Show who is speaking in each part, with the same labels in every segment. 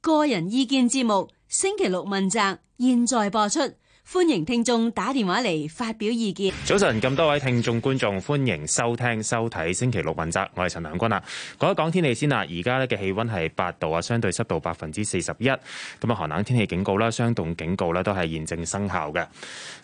Speaker 1: 個人意見節目星期六問責，現在播出，歡迎聽眾打電話嚟發表意見。
Speaker 2: 早晨，咁多位聽眾觀眾，歡迎收聽收睇星期六問責，我係陳良君啦。講一講天氣先啦，而家呢嘅氣温係八度啊，相對濕度百分之四十一。咁啊，寒冷天氣警告啦、霜凍警告啦，都係現正生效嘅。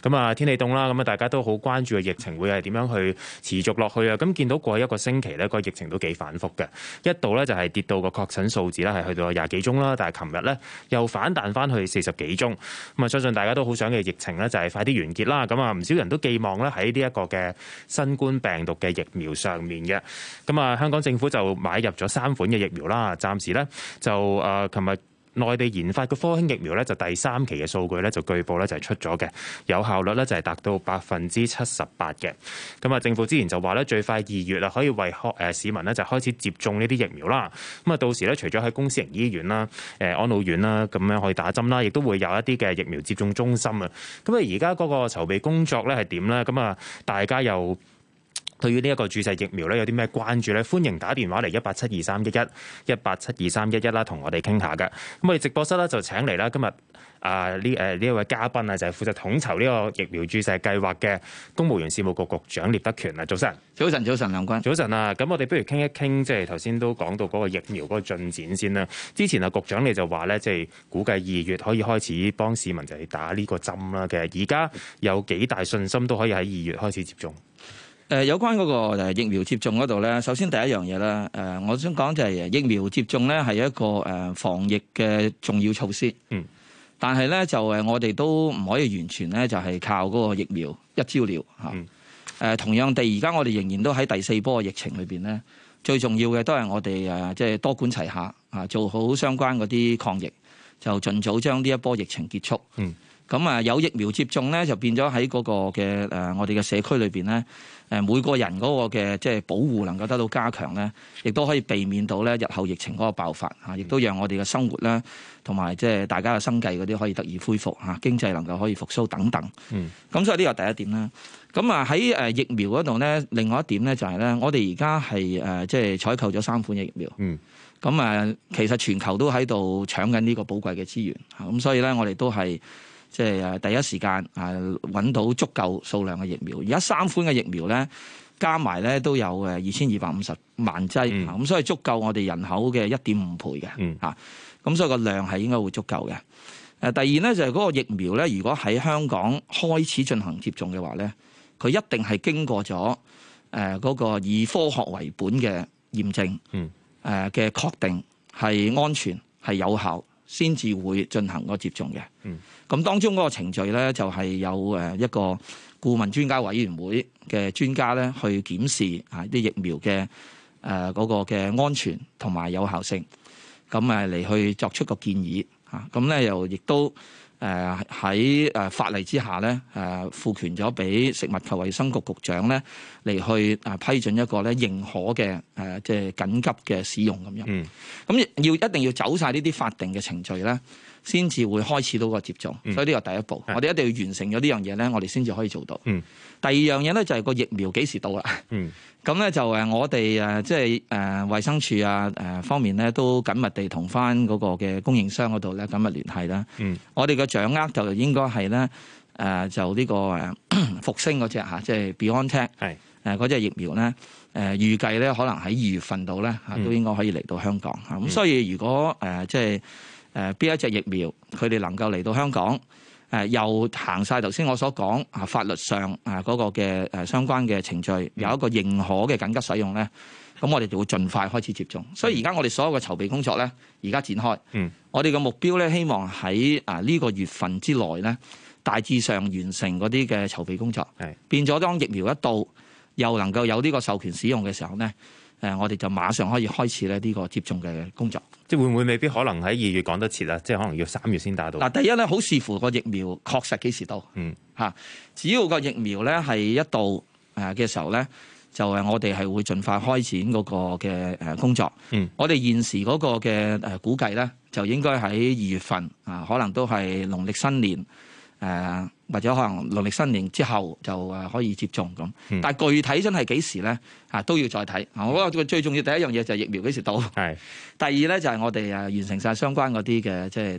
Speaker 2: 咁啊，天氣凍啦，咁啊，大家都好關注嘅疫情會係點樣去持續落去啊。咁見到過去一個星期呢個疫情都幾反覆嘅，一度呢就係跌到個確診數字呢係去到廿幾宗啦，但係琴日呢又反彈翻去四十幾宗。咁啊，相信大家都好想嘅疫情呢就係快啲完結啦。咁啊，唔少人都寄望咧喺呢一個嘅新冠病毒嘅疫苗上面嘅。咁啊，香港政府就買入咗三款嘅疫苗啦。暫時呢，就誒，琴日。內地研發嘅科興疫苗咧，就第三期嘅數據咧，就據報咧就係出咗嘅，有效率咧就係達到百分之七十八嘅。咁啊，政府之前就話咧，最快二月啊，可以為學誒市民咧就開始接種呢啲疫苗啦。咁啊，到時咧，除咗喺公私營醫院啦、誒呃安老院啦咁樣可以打針啦，亦都會有一啲嘅疫苗接種中心啊。咁啊，而家嗰個籌備工作咧係點咧？咁啊，大家又〜對於呢一個注射疫苗咧，有啲咩關注咧？歡迎打電話嚟一八七二三一一一八七二三一一啦，同我哋傾下㗎。咁我哋直播室咧就請嚟啦，今日啊呢誒呢一位嘉賓啊，就係負責統籌呢個疫苗注射計劃嘅公務員事務局局長聶德權啊，早晨。
Speaker 3: 早晨，早晨，梁君。
Speaker 2: 早晨啊，咁我哋不如傾一傾，即係頭先都講到嗰個疫苗嗰個進展先啦。之前啊，局長你就話咧，即係估計二月可以開始幫市民就係打呢個針啦嘅。而家有幾大信心都可以喺二月開始接種？
Speaker 3: 誒呃有關嗰個誒疫苗接種嗰度咧，首先第一樣嘢啦，誒我想講就係呃疫苗接種咧係一個誒防疫嘅重要措施。
Speaker 2: 嗯。
Speaker 3: 但係咧就誒我哋都唔可以完全咧就係靠嗰個疫苗一招了嚇。誒、
Speaker 2: 嗯
Speaker 3: 同樣地，而家我哋仍然都喺第四波嘅疫情裏邊咧，最重要嘅都係我哋誒即係多管齊下啊，做好相關嗰啲抗疫，就盡早將呢一波疫情結束。
Speaker 2: 嗯。
Speaker 3: 咁啊，有疫苗接種咧，就變咗喺嗰個嘅誒我哋嘅社區裏邊咧。誒呃每個人嗰個嘅即係保護能夠得到加強咧，亦都可以避免到咧日後疫情嗰個爆發嚇，亦都讓我哋嘅生活咧同埋即係大家嘅生計嗰啲可以得以恢復嚇，經濟能夠可以復甦等等。
Speaker 2: 嗯，
Speaker 3: 咁所以呢個第一點啦。咁啊喺誒疫苗嗰度咧，另外一點咧就係咧，我哋而家係誒即係採購咗三款疫苗。
Speaker 2: 嗯。
Speaker 3: 咁啊，其實全球都喺度搶緊呢個寶貴嘅資源嚇，咁所以咧我哋都係。即係誒第一時間啊，揾到足夠數量嘅疫苗。而家三款嘅疫苗咧，加埋咧都有誒二千二百五十萬劑，啊
Speaker 2: 嗯
Speaker 3: 咁、所以足夠我哋人口嘅一點五倍嘅嚇。
Speaker 2: 嗯
Speaker 3: 咁、所以個量係應該會足夠嘅。誒第二咧就係、嗰個疫苗咧，如果喺香港開始進行接種嘅話咧，佢一定係經過咗誒嗰個以科學為本嘅驗證，
Speaker 2: 嗯
Speaker 3: 誒嘅確定係安全係有效，先至會進行個接種嘅。咁當中嗰個程序咧，就係、有誒一個顧問專家委員會嘅專家咧，去檢視啊啲疫苗嘅誒嗰個嘅安全同埋有效性，咁誒嚟去作出個建議嚇。咁、咧又亦都誒喺誒法例之下咧誒、賦權咗俾食物及衛生局局長咧嚟去誒批准一個咧認可嘅誒即係緊急嘅使用咁樣。
Speaker 2: 嗯
Speaker 3: 咁要一定要走晒呢啲法定嘅程序咧，先至會開始到個接種。
Speaker 2: 嗯
Speaker 3: 所以呢個第一步，
Speaker 2: 係
Speaker 3: 我哋一定要完成咗呢樣嘢咧，我哋先至可以做到。
Speaker 2: 嗯
Speaker 3: 第二樣嘢咧就係個疫苗幾時到啦。
Speaker 2: 嗯
Speaker 3: 咁咧就誒我哋誒即係誒衛生署啊誒方面咧都緊密地同翻嗰個嘅供應商嗰度咧緊密聯繫啦。
Speaker 2: 嗯
Speaker 3: 我哋嘅掌握就應該係咧誒就呢個誒 復星嗰隻嚇，即係 BioNTech
Speaker 2: 係
Speaker 3: 誒嗰隻疫苗咧。誒預計咧，可能喺二月份度咧嚇，
Speaker 2: 嗯
Speaker 3: 都應該可以嚟到香港嚇。咁、
Speaker 2: 嗯
Speaker 3: 所以如果誒即係誒邊一隻疫苗，佢哋能夠嚟到香港，誒、又行晒頭先我所講啊法律上啊嗰個嘅誒相關嘅程序，
Speaker 2: 嗯
Speaker 3: 有一個認可嘅緊急使用咧，咁我哋就會盡快開始接種。所以而家我哋所有嘅籌備工作咧，而家展開。
Speaker 2: 嗯，
Speaker 3: 我哋嘅目標咧，希望喺啊呢個月份之內咧，大致上完成嗰啲嘅籌備工作。
Speaker 2: 係
Speaker 3: 變咗當疫苗一到，又能夠有呢個授權使用嘅時候咧，誒我哋就馬上可以開始咧呢個接種嘅工作。
Speaker 2: 即係會唔會未必可能喺二月講得切啊？即係可能要三月先打到。
Speaker 3: 嗱，第一咧，好視乎個疫苗確實幾時到。
Speaker 2: 嗯，
Speaker 3: 嚇，只要個疫苗咧係一到誒嘅時候咧，就係我哋係會盡快開展嗰個嘅誒工作。
Speaker 2: 嗯，
Speaker 3: 我哋現時嗰個嘅誒估計咧，就應該喺二月份啊，可能都係農曆新年誒或者可能農曆新年之後就誒可以接種咁
Speaker 2: 嗯。
Speaker 3: 但係具體真係幾時咧啊都要再睇。啊我覺得最重要第一樣嘢就係疫苗幾時到，
Speaker 2: 係
Speaker 3: 第二咧就係我哋誒完成晒相關嗰啲嘅即係誒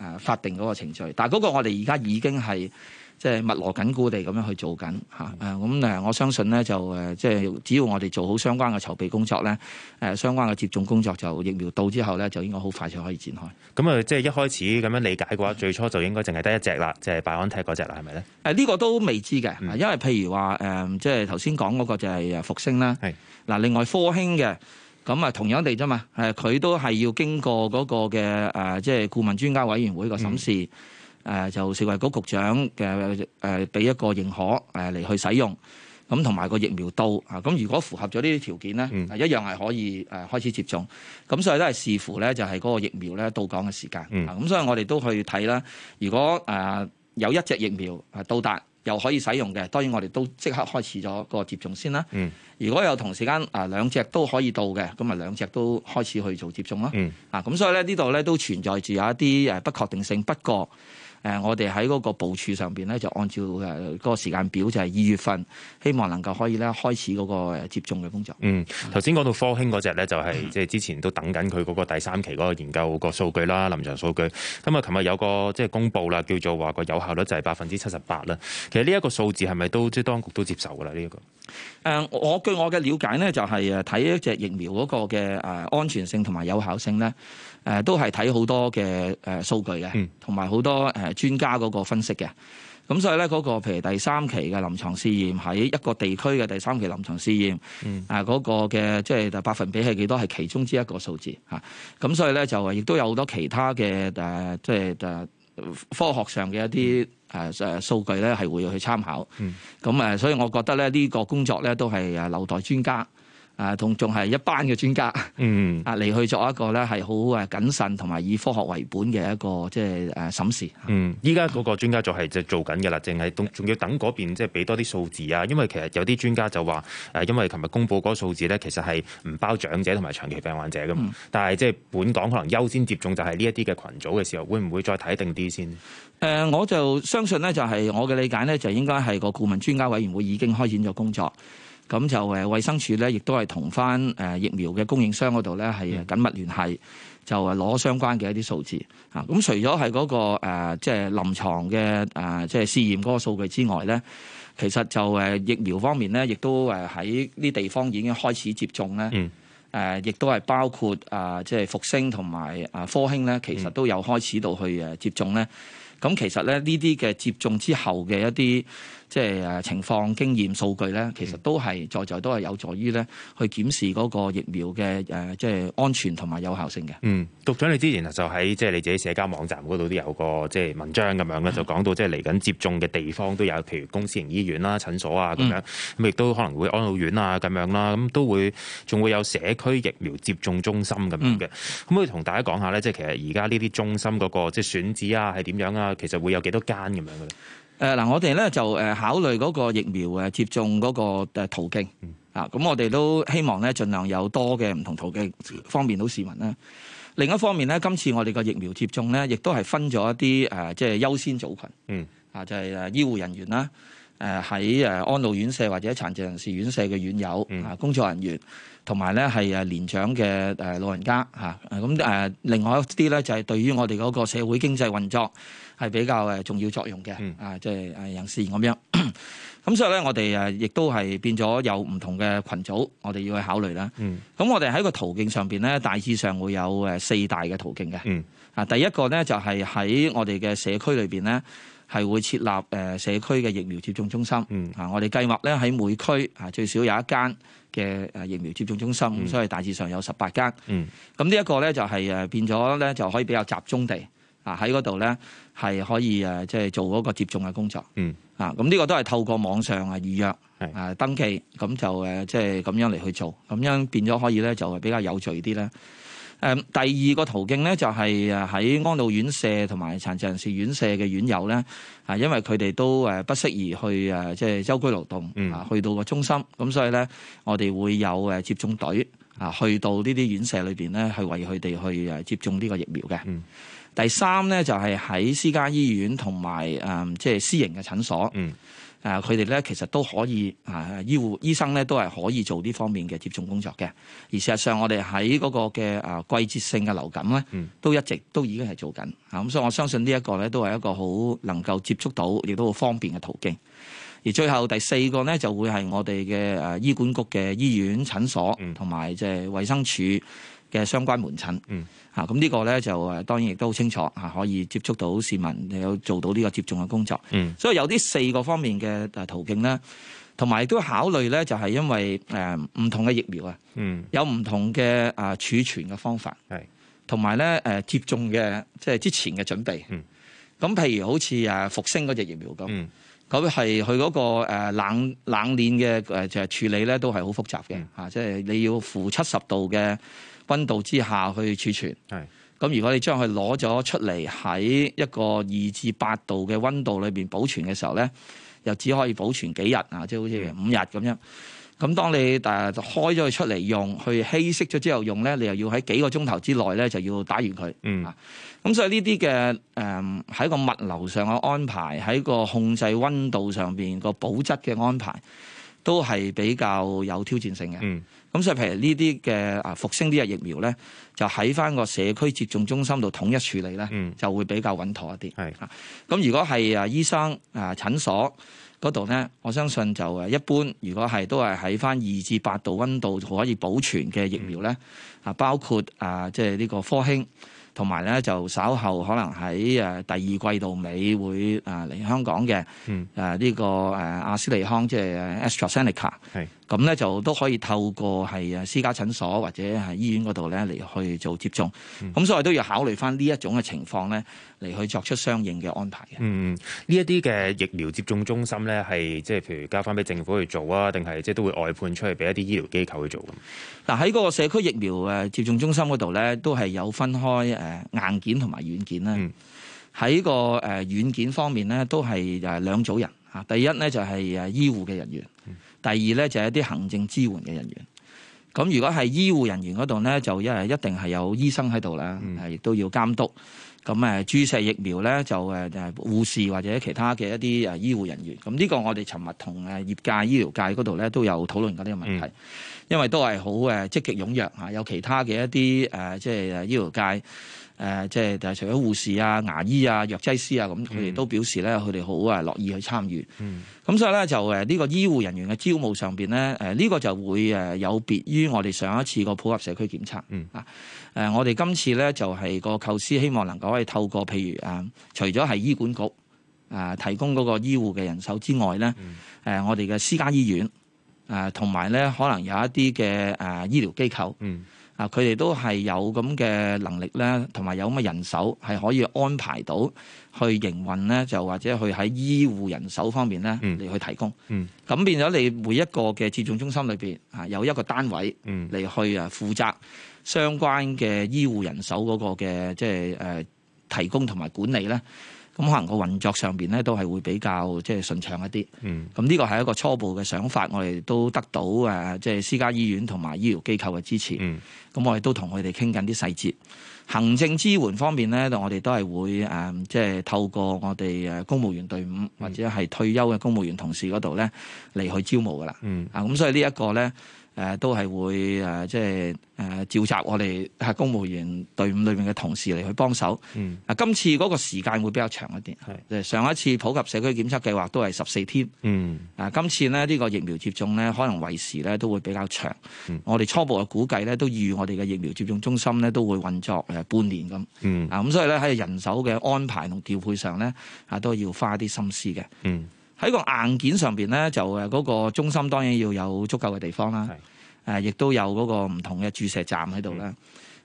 Speaker 3: 誒法定嗰個程序。但係嗰個我哋而家已經係。即係密鑼緊鼓地咁樣去做緊嚇，誒咁誒，我相信咧就誒，即係只要我哋做好相關嘅籌備工作咧，誒相關嘅接種工作就疫苗到之後咧，就應該好快就可以展開。
Speaker 2: 咁啊，即係一開始咁樣理解嘅話，最初就應該淨係得一隻啦，就係拜安踢嗰只啦，係咪咧？
Speaker 3: 誒呢個都未知嘅啊
Speaker 2: 嗯，
Speaker 3: 因為譬如話誒、即係頭先講嗰個就係誒啊復星啦
Speaker 2: 係。
Speaker 3: 嗱，另外科興嘅，咁啊同樣地啫嘛，誒佢都係要經過嗰個嘅誒、即係顧問專家委員會個
Speaker 2: 嗯
Speaker 3: 審視，誒、就食衞局局長嘅誒俾一個認可誒嚟、去使用。咁同埋個疫苗到啊，咁如果符合咗呢啲條件咧，
Speaker 2: 嗯
Speaker 3: 一樣係可以誒開始接種。咁所以都係視乎咧，就係嗰個疫苗咧到港嘅時間。
Speaker 2: 嗯
Speaker 3: 啊咁所以我哋都去睇啦。如果誒有一隻疫苗啊到達又可以使用嘅，當然我哋都即刻開始咗個接種先啦。
Speaker 2: 嗯
Speaker 3: 如果有同時間啊兩隻都可以到嘅，咁咪啊兩隻都開始去做接種咯。
Speaker 2: 嗯
Speaker 3: 啊，咁所以咧呢度咧都存在住有一啲呃誒不確定性，不過誒、呃我哋喺嗰個部署上邊咧就按照誒嗰個時間表就係二月份，希望能夠可以咧開始嗰個誒接種嘅工作。
Speaker 2: 嗯，頭先講到科興嗰只咧，就係即係之前都等緊佢嗰個第三期嗰個研究個數據啦、臨床數據。咁啊，琴日有個即係公佈啦，叫做話個有效率就係百分之七十八啦。其實呢一個數字係咪都即係當局都接受㗎啦？呢一個
Speaker 3: 誒、呃我據我嘅了解咧，就係誒睇一隻疫苗嗰個嘅誒呃安全性同埋有效性咧，誒、呃都係睇好多嘅誒數據嘅
Speaker 2: 嗯，
Speaker 3: 同埋好多誒專家嗰個分析嘅。咁所以咧，嗰、個譬如第三期嘅臨床試驗喺一個地區嘅第三期臨床試驗，
Speaker 2: 嗯
Speaker 3: 啊嗰、個嘅即係呃百分比係幾多係其中之一個數字嚇。咁、所以咧就亦都有好多其他嘅誒、即係誒、科學上嘅一啲誒誒數據咧係會去參考。咁誒，所以我覺得咧，呢個工作咧都係誒留待專家啊，同仲係一班嘅專家
Speaker 2: 嗯。
Speaker 3: 啊嚟去作一個咧係好誒謹慎同埋以科學為本嘅一個即係誒審視。
Speaker 2: 嗯，依家嗰個專家就係就做緊嘅啦，淨係都仲要等嗰邊即係俾多啲數字啊，因為其實有啲專家就話誒，因為琴日公布嗰個數字咧，其實係唔包長者同埋長期病患者噶嘛，但係即係本港可能優先接種就係呢一啲嘅群組嘅時候，會唔會再睇定啲先？
Speaker 3: 誒、我就相信咧，就係、我嘅理解咧，就應該係個顧問專家委員會已經開展咗工作，咁就誒衛生署咧，亦都係同翻誒疫苗嘅供應商嗰度咧係緊密聯繫，就誒攞相關嘅一啲數字啊。咁除咗係嗰個誒即係臨床嘅誒即係試驗嗰個數據之外咧，其實就誒疫苗方面咧，亦都誒喺呢地方已經開始接種咧。
Speaker 2: 嗯
Speaker 3: 誒，亦都係包括啊，即係復星同埋啊科興咧，其實都有開始到去誒接種咧。咁其實咧呢啲嘅接種之後嘅一啲即係誒情況經驗數據咧，其實都係在在都係有助於咧去檢視嗰個疫苗嘅誒即係安全同埋有效性嘅。
Speaker 2: 嗯，局長你之前就喺即係你自己社交網站嗰度都有個即係文章咁樣咧，就講到即係嚟緊接種嘅地方都有，譬如公私營醫院啦、診所啊咁樣，咁亦都可能會安老院啊咁樣啦，咁都會仲會有社區疫苗接種中心咁樣嘅。可唔可以同大家講下咧？即係其實而家呢啲中心嗰個即係選址啊，係點樣啊？其實會有幾多間咁樣嘅咧？
Speaker 3: 誒嗱、我哋咧就誒考慮嗰個疫苗誒接種嗰個誒途徑
Speaker 2: 嗯
Speaker 3: 啊，咁我哋都希望咧盡量有多嘅唔同途徑，方便到市民啦。另一方面咧，今次我哋個疫苗接種咧，亦都係分咗一啲誒、呃即係優先組群，
Speaker 2: 嗯，
Speaker 3: 啊，就係、誒醫護人員啦，誒喺誒安老院舍或者殘疾人士院舍嘅院友、
Speaker 2: 嗯
Speaker 3: 啊，工作人員，同埋咧係誒年長嘅誒老人家嚇，啊咁、誒、另外一啲咧就係、對於我哋嗰個社會經濟運作係比較誒重要作用嘅，
Speaker 2: 嗯
Speaker 3: 啊，即係誒人士咁樣。 咁所以咧，我哋誒亦都係變咗有唔同嘅群組，我哋要去考慮啦。
Speaker 2: 嗯
Speaker 3: 咁我哋喺個途徑上邊咧，大致上會有誒四大嘅途徑嘅。
Speaker 2: 嗯
Speaker 3: 啊，第一個咧就係喺我哋嘅社區裏邊咧，係會設立誒社區嘅疫苗接種中心。
Speaker 2: 嗯
Speaker 3: 啊，我哋計劃咧喺每區啊最少有一間嘅誒疫苗接種中心，咁所以大致上有十八間。
Speaker 2: 嗯
Speaker 3: 咁呢一個咧就係誒變咗咧就可以比較集中地啊喺嗰度咧係可以誒即係做嗰個接種嘅工作。
Speaker 2: 嗯
Speaker 3: 啊，咁呢個都係透過網上啊預約
Speaker 2: 係
Speaker 3: 啊登記，咁就誒即係咁樣嚟去做，咁樣變咗可以咧就係比較有序啲咧。誒第二個途徑咧，就係誒喺安老院舍同埋殘疾人士院舍嘅院友咧，啊，因為佢哋都誒不適宜去誒即係周居勞動
Speaker 2: 嗯
Speaker 3: 啊，去到個中心，咁所以咧我哋會有誒接種隊啊，去到呢啲院舍裏邊咧，去為佢哋去誒接種呢個疫苗嘅。
Speaker 2: 嗯
Speaker 3: 第三咧就係喺私家醫院同埋誒即係私營嘅診所，
Speaker 2: 嗯
Speaker 3: 誒呃佢哋咧其實都可以啊，醫護醫生咧都係可以做呢方面嘅接種工作嘅。而事實上，我哋喺嗰個嘅啊季節性嘅流感咧
Speaker 2: 嗯，
Speaker 3: 都一直都已經係做緊啊。咁所以我相信呢一個咧都係一個好能夠接觸到，亦都好方便嘅途徑。而最後第四個咧就會係我哋嘅誒醫管局嘅醫院診所
Speaker 2: 嗯
Speaker 3: 同埋即係衛生署嘅相關門診。
Speaker 2: 嗯
Speaker 3: 啊，咁呢個咧就誒當然亦都好清楚啊，可以接觸到市民，有做到呢個接種嘅工作。
Speaker 2: 嗯
Speaker 3: 所以有啲四個方面嘅誒途徑咧，同埋亦都考慮咧，就係因為誒唔同嘅疫苗啊，
Speaker 2: 嗯
Speaker 3: 有唔同嘅誒儲存嘅方法，
Speaker 2: 係
Speaker 3: 同埋咧誒接種嘅即係之前嘅準備。
Speaker 2: 嗯
Speaker 3: 咁譬如好似誒復星嗰隻疫苗咁。
Speaker 2: 嗯
Speaker 3: 咁係佢嗰個誒冷冷鏈嘅誒就係處理咧，都係好複雜嘅
Speaker 2: 嗯
Speaker 3: 嚇，即係你要負七十度嘅温度之下去儲存。
Speaker 2: 係
Speaker 3: 咁如果你將佢攞咗出嚟喺一個二至八度嘅温度裏邊保存嘅時候咧，又只可以保存幾日啊，即係好似
Speaker 2: 嗯
Speaker 3: 五日咁樣。咁當你誒開咗佢出嚟用，去稀釋咗之後用咧，你又要喺幾個鐘頭之內咧就要打完佢。
Speaker 2: 嗯
Speaker 3: 咁所以呢啲嘅誒喺個物流上嘅安排，喺個控制温度上邊個保質嘅安排，都係比較有挑戰性嘅。咁、
Speaker 2: 嗯
Speaker 3: 所以譬如呢啲嘅啊復星呢日疫苗咧，就喺翻個社區接種中心度統一處理咧，
Speaker 2: 嗯
Speaker 3: 就會比較穩妥一啲。
Speaker 2: 係
Speaker 3: 咁如果係啊醫生啊診所嗰度咧，我相信就誒一般，如果係都係喺翻二至八度温度可以保存嘅疫苗咧，啊包括啊即係呢個科興，同埋咧就稍後可能喺誒第二季度尾會啊嚟香港嘅
Speaker 2: 嗯
Speaker 3: 誒呢個誒阿斯利康即係誒 AstraZeneca，
Speaker 2: 係
Speaker 3: 咁咧就都可以透過係呃誒私家診所或者係醫院嗰度咧嚟去做接種，
Speaker 2: 嗯
Speaker 3: 咁、所以都要考慮翻呢一種嘅情況咧嚟去作出相應嘅安排嘅。
Speaker 2: 嗯，呢一啲嘅疫苗接種中心咧，係即係譬如交翻俾政府去做啊，定係即係都會外判出去俾一啲醫療機構去做咁。
Speaker 3: 嗱喺嗰個社區疫苗誒接種中心嗰度咧，都係有分開誒硬件同埋軟件啦
Speaker 2: 嗯。
Speaker 3: 喺、個誒軟件方面咧，都係誒兩組人嚇。第一咧就係誒醫護嘅人員，
Speaker 2: 嗯
Speaker 3: 第二咧就係一啲行政支援嘅人員。咁如果係醫護人員嗰度咧，就因為一定係有醫生喺度啦，
Speaker 2: 嗯
Speaker 3: 係亦都要監督。咁誒注射疫苗咧，就誒誒護士或者其他嘅一啲誒醫護人員。咁呢個我哋尋日同誒業界醫療界嗰度咧都有討論過呢個
Speaker 2: 嗯
Speaker 3: 問題。因為都係好誒積極踴躍嚇，有其他嘅一啲誒、呃即係誒醫療界誒、呃即係除咗護士啊、牙醫啊、藥劑師啊，咁佢哋都表示咧，佢哋好誒樂意去參與。
Speaker 2: 嗯
Speaker 3: 咁所以咧就誒呢個醫護人員嘅招募上邊咧，誒、呢、個就會誒有別於我哋上一次個普及社區檢測。
Speaker 2: 嗯
Speaker 3: 啊誒，我哋今次咧就係、個構思，希望能夠可以透過譬如誒、啊除咗係醫管局誒、啊提供嗰個醫護嘅人手之外咧，誒、
Speaker 2: 嗯
Speaker 3: 我哋嘅私家醫院誒呃同埋咧可能有一啲嘅誒醫療機構。
Speaker 2: 嗯
Speaker 3: 啊，佢哋都係有咁嘅能力咧，同埋有咁嘅人手係可以安排到去營運咧，就或者去喺醫護人手方面咧
Speaker 2: 嗯
Speaker 3: 嚟去提供。
Speaker 2: 嗯，
Speaker 3: 咁變咗你每一個嘅接種中心裏邊啊，有一個單位
Speaker 2: 嗯
Speaker 3: 嚟去啊負責相關嘅醫護人手嗰個嘅即係誒提供同埋管理咧。咁可能個運作上邊咧都係會比較即係順暢一啲。
Speaker 2: 嗯
Speaker 3: 咁呢個係一個初步嘅想法，我哋都得到誒即係私家醫院同埋醫療機構嘅支持。
Speaker 2: 嗯
Speaker 3: 咁我哋都同佢哋傾緊啲細節。行政支援方面咧，我哋都係會誒，嗯即、係透過我哋誒公務員隊
Speaker 2: 嗯
Speaker 3: 伍或者係退休嘅公務員同事嗰度咧嚟去招募噶啦。
Speaker 2: 嗯
Speaker 3: 啊，咁所以呢一個咧，誒、都係會誒、即係誒召集我哋係公務員隊伍裏面嘅同事嚟去幫手。
Speaker 2: 嗯
Speaker 3: 啊，今次嗰個時間會比較長一啲
Speaker 2: 係，
Speaker 3: 即係上一次普及社區檢測計劃都係十四天。
Speaker 2: 嗯
Speaker 3: 啊，今次咧呢、呢個疫苗接種咧，可能維時咧都會比較長。
Speaker 2: 嗯
Speaker 3: 我哋初步嘅估計咧，都預我哋嘅疫苗接種中心咧都會運作誒半年咁。
Speaker 2: 嗯
Speaker 3: 啊，咁所以咧喺人手嘅安排同調配上咧，啊都要花啲心思嘅。
Speaker 2: 嗯
Speaker 3: 喺個硬件上邊咧，就誒嗰個中心當然要有足夠嘅地方啦。誒，亦都有嗰個唔同嘅注射站喺度啦。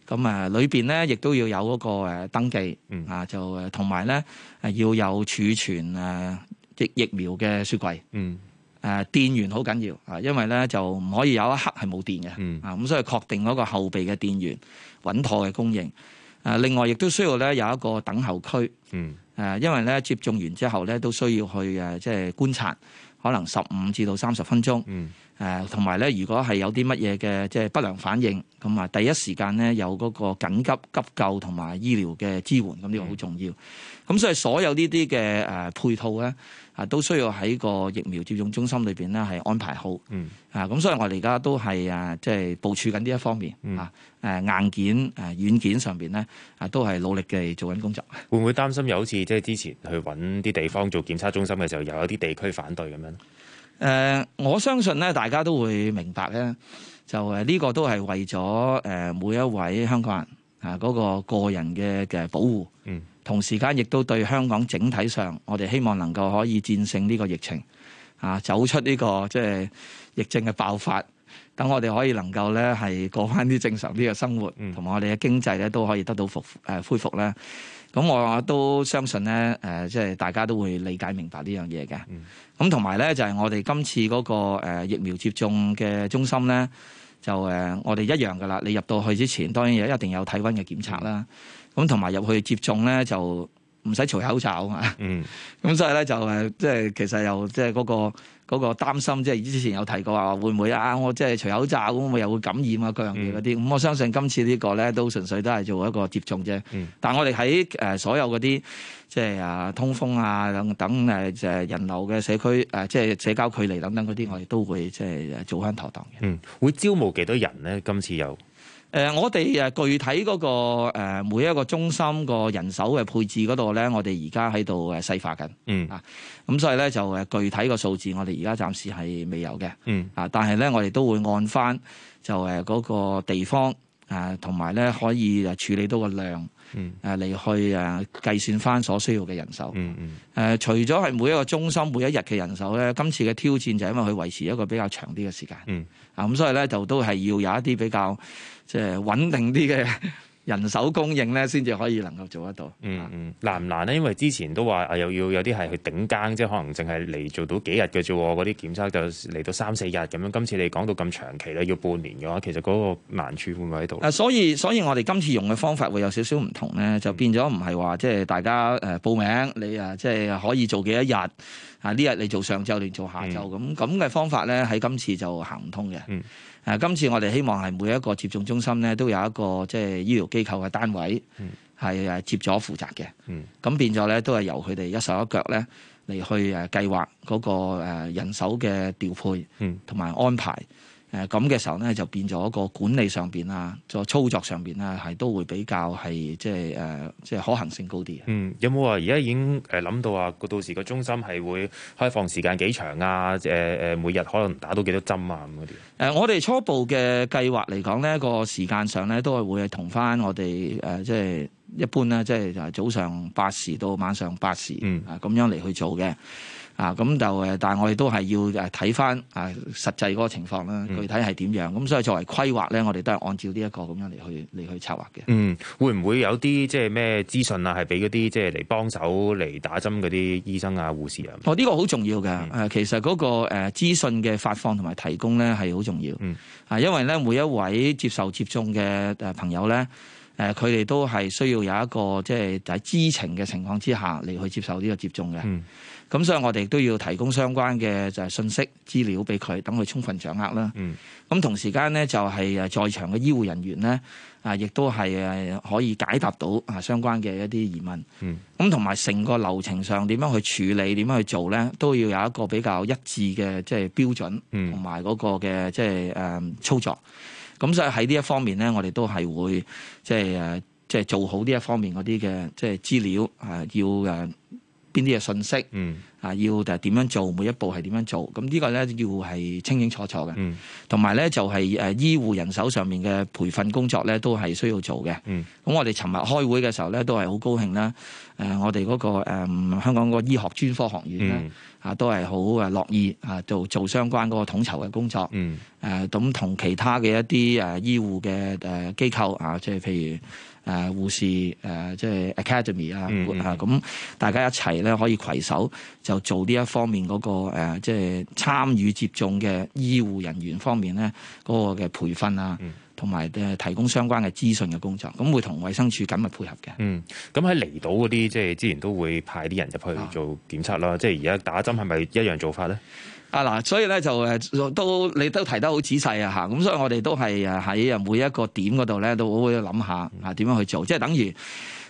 Speaker 3: 咁啊，裏邊咧亦都要有嗰個誒登記
Speaker 2: 嗯
Speaker 3: 啊，就誒同埋咧誒要有儲存誒疫疫苗嘅雪櫃。
Speaker 2: 嗯
Speaker 3: 誒、呃電源好緊要啊，因為咧就唔可以有一刻係冇電嘅，
Speaker 2: 嗯
Speaker 3: 啊咁所以確定嗰個後備嘅電源穩妥嘅供應。誒、另外亦都需要咧有一個等候區，誒、
Speaker 2: 嗯
Speaker 3: 因為咧接呃種完之後咧都需要去誒、即係觀察，可能十五至到三十分鐘，誒、
Speaker 2: 嗯
Speaker 3: 誒同埋咧，如果係有啲乜嘢嘅即係不良反應，咁啊第一時間咧有嗰個緊急急救同埋醫療嘅支援，咁呢個
Speaker 2: 嗯
Speaker 3: 好重要。咁所以所有呢啲嘅誒配套咧，啊都需要喺個疫苗接種中心裏邊咧係安排好。
Speaker 2: 嗯。
Speaker 3: 啊，咁所以我哋而家都係啊，即係部署緊呢一方面
Speaker 2: 嗯
Speaker 3: 啊，誒硬件誒軟件上邊咧啊，都係努力嘅做緊工作。
Speaker 2: 會唔會擔心又好似即係之前去揾啲地方做檢測中心嘅時候，又有啲地區反對咁樣？
Speaker 3: 誒、呃我相信咧，大家都會明白咧，就誒呢個都係為咗誒、每一位香港人啊嗰、個個人嘅嘅保護，
Speaker 2: 嗯，
Speaker 3: 同時間亦都對香港整體上，我哋希望能夠可以戰勝呢個疫情啊，走出呢、個即係疫症嘅爆發。等我哋可以能夠咧係過翻啲正常啲嘅生活，
Speaker 2: 嗯
Speaker 3: 同埋我哋嘅經濟咧都可以得到復誒、恢復咧。咁我都相信咧誒、即係大家都會理解明白呢樣嘢嘅。咁同埋咧就係我哋今次嗰個誒疫苗接種嘅中心咧，就誒我哋一樣噶啦。你入到去之前，當然一定有體温嘅檢查啦。咁同埋入去接種咧就唔使除口罩啊嘛。
Speaker 2: 嗯
Speaker 3: 咁所以咧就誒即係其實又即係嗰個嗰、個擔心，即係之前有提過話會唔會啊？我即係除口罩會唔會又會感染啊？各樣嘢嗰啲。咁、我相信今次呢個咧都純粹都係做一個接種啫。
Speaker 2: 嗯
Speaker 3: 但我哋喺誒所有嗰啲即係啊通風啊等等誒誒人流嘅社區誒、呃即係社交距離等等嗰啲，我哋都會即係誒做翻妥當嘅。
Speaker 2: 嗯，會招募幾多人呢？今次又
Speaker 3: 誒、我哋誒具體嗰、個、誒每一個中心個人手嘅配置嗰度咧，我哋而家喺度誒細化緊，
Speaker 2: 嗯
Speaker 3: 咁所以咧就誒具體個數字，我哋而家暫時係未有嘅。
Speaker 2: 嗯
Speaker 3: 啊，但係咧我哋都會按翻就誒嗰個地方啊，同埋咧可以誒處理到個量
Speaker 2: 嗯
Speaker 3: 誒嚟去誒計算翻所需要嘅人手。
Speaker 2: 嗯嗯
Speaker 3: 誒、除咗係每一個中心每一日嘅人手咧，今次嘅挑戰就係因為佢維持一個比較長啲嘅時間。
Speaker 2: 嗯。
Speaker 3: 啊，咁所以咧就都係要有一啲比較即係穩定啲嘅 人手供應咧，先至可以能夠做得到。
Speaker 2: 嗯嗯，難唔難呢？因為之前都話啊，又要有啲係去頂更，即係可能淨係嚟做到幾日嘅啫喎。嗰啲檢測就嚟到三四日咁樣。今次你講到咁長期咧，要半年嘅話，其實嗰個難處會唔會喺度？
Speaker 3: 啊，所以所以我哋今次用嘅方法會有少少唔同咧，
Speaker 2: 嗯
Speaker 3: 就變咗唔係話即係大家誒報名，你啊即係可以做幾多日啊？呢日你做上晝，你做下晝咁咁嘅方法咧，喺今次就行唔通嘅。
Speaker 2: 嗯
Speaker 3: 誒，今次我哋希望係每一個接種中心咧，都有一個即係呃醫療機構嘅單位
Speaker 2: 嗯
Speaker 3: 係誒接咗負責嘅。
Speaker 2: 嗯
Speaker 3: 咁變咗咧，都係由佢哋一手一腳咧嚟去誒計劃嗰個誒人手嘅調配，
Speaker 2: 嗯
Speaker 3: 同埋安排。誒咁嘅時候咧，就變咗個管理上邊啊，再操作上邊啊，係都會比較係即係誒，即係可行性高啲嘅。
Speaker 2: 嗯，有冇話而家已經誒諗到話，到時個中心係會開放時間幾長啊？誒、誒，每日可能打到幾多針啊？咁嗰啲。
Speaker 3: 誒、我哋初步嘅計劃嚟講咧，個時間上咧都係會係同翻我哋誒、即係一般咧，即係就係早上八時到晚上八時、
Speaker 2: 嗯
Speaker 3: 啊咁樣嚟去做嘅。啊，咁就誒，但係我哋都係要誒睇翻啊實際嗰個情況啦，
Speaker 2: 嗯
Speaker 3: 具體係點樣？咁、所以作為規劃咧，我哋都係按照呢一個咁樣嚟去嚟去策劃嘅。
Speaker 2: 嗯，會唔會有啲即係咩資訊啊？係俾嗰啲即係嚟幫手嚟打針嗰啲醫生啊、護士啊？
Speaker 3: 哦，呢、個好重要嘅。誒、其實嗰、個誒、資訊嘅發放同埋提供咧係好重要。
Speaker 2: 嗯
Speaker 3: 啊，因為咧每一位接受接種嘅誒朋友咧，誒佢哋都係需要有一個即係喺知情嘅情況之下嚟去接受呢個接種嘅。
Speaker 2: 嗯
Speaker 3: 咁所以我哋都要提供相關嘅就係信息資料俾佢，等佢充分掌握啦。
Speaker 2: 嗯
Speaker 3: 咁同時間咧就係呃誒在場嘅醫護人員咧啊，亦都係誒可以解答到啊相關嘅一啲疑問。
Speaker 2: 嗯
Speaker 3: 咁同埋成個流程上點樣去處理、點樣去做咧，都要有一個比較一致嘅即係標準，
Speaker 2: 嗯
Speaker 3: 同埋嗰個嘅即係誒操作。咁所以喺呢一方面咧，我哋都係會即係誒即係呃做好呢一方面嗰啲嘅即係資料啊，要誒邊啲嘅信息
Speaker 2: 嗯
Speaker 3: 啊，要誒點樣做，每一步係點樣做。咁呢個咧要係清清楚楚嘅。
Speaker 2: 嗯
Speaker 3: 同埋咧就係誒醫護人手上面嘅培訓工作咧，都係需要做嘅。
Speaker 2: 嗯
Speaker 3: 咁我哋尋日開會嘅時候咧，都係好高興啦。誒、我哋嗰、個、誒香港嗰個醫學專科學院咧，
Speaker 2: 嗯
Speaker 3: 啊都係好誒樂意啊做做相關嗰個統籌嘅工作。
Speaker 2: 嗯
Speaker 3: 誒呃咁同其他嘅一啲誒呃醫護嘅誒機構啊，即係譬如誒護士誒，即係 academy 啊
Speaker 2: 嗯嗯
Speaker 3: 啊，咁大家一齊咧可以攜手就做呢一方面嗰個呃誒，即係參與接種嘅醫護人員方面咧嗰個嘅培訓啊
Speaker 2: 嗯。
Speaker 3: 同埋誒提供相關嘅資訊嘅工作，咁會同衛生署緊密配合嘅。
Speaker 2: 嗯，咁喺離島嗰啲，即係之前都會派啲人入去做檢測啦。即係而家打針係咪一樣做法咧？
Speaker 3: 啊嗱，所以咧就誒都你都提得好仔細啊嚇，咁所以我哋都係誒喺呃誒每一個點嗰度咧都會諗下啊點樣去做，即係等於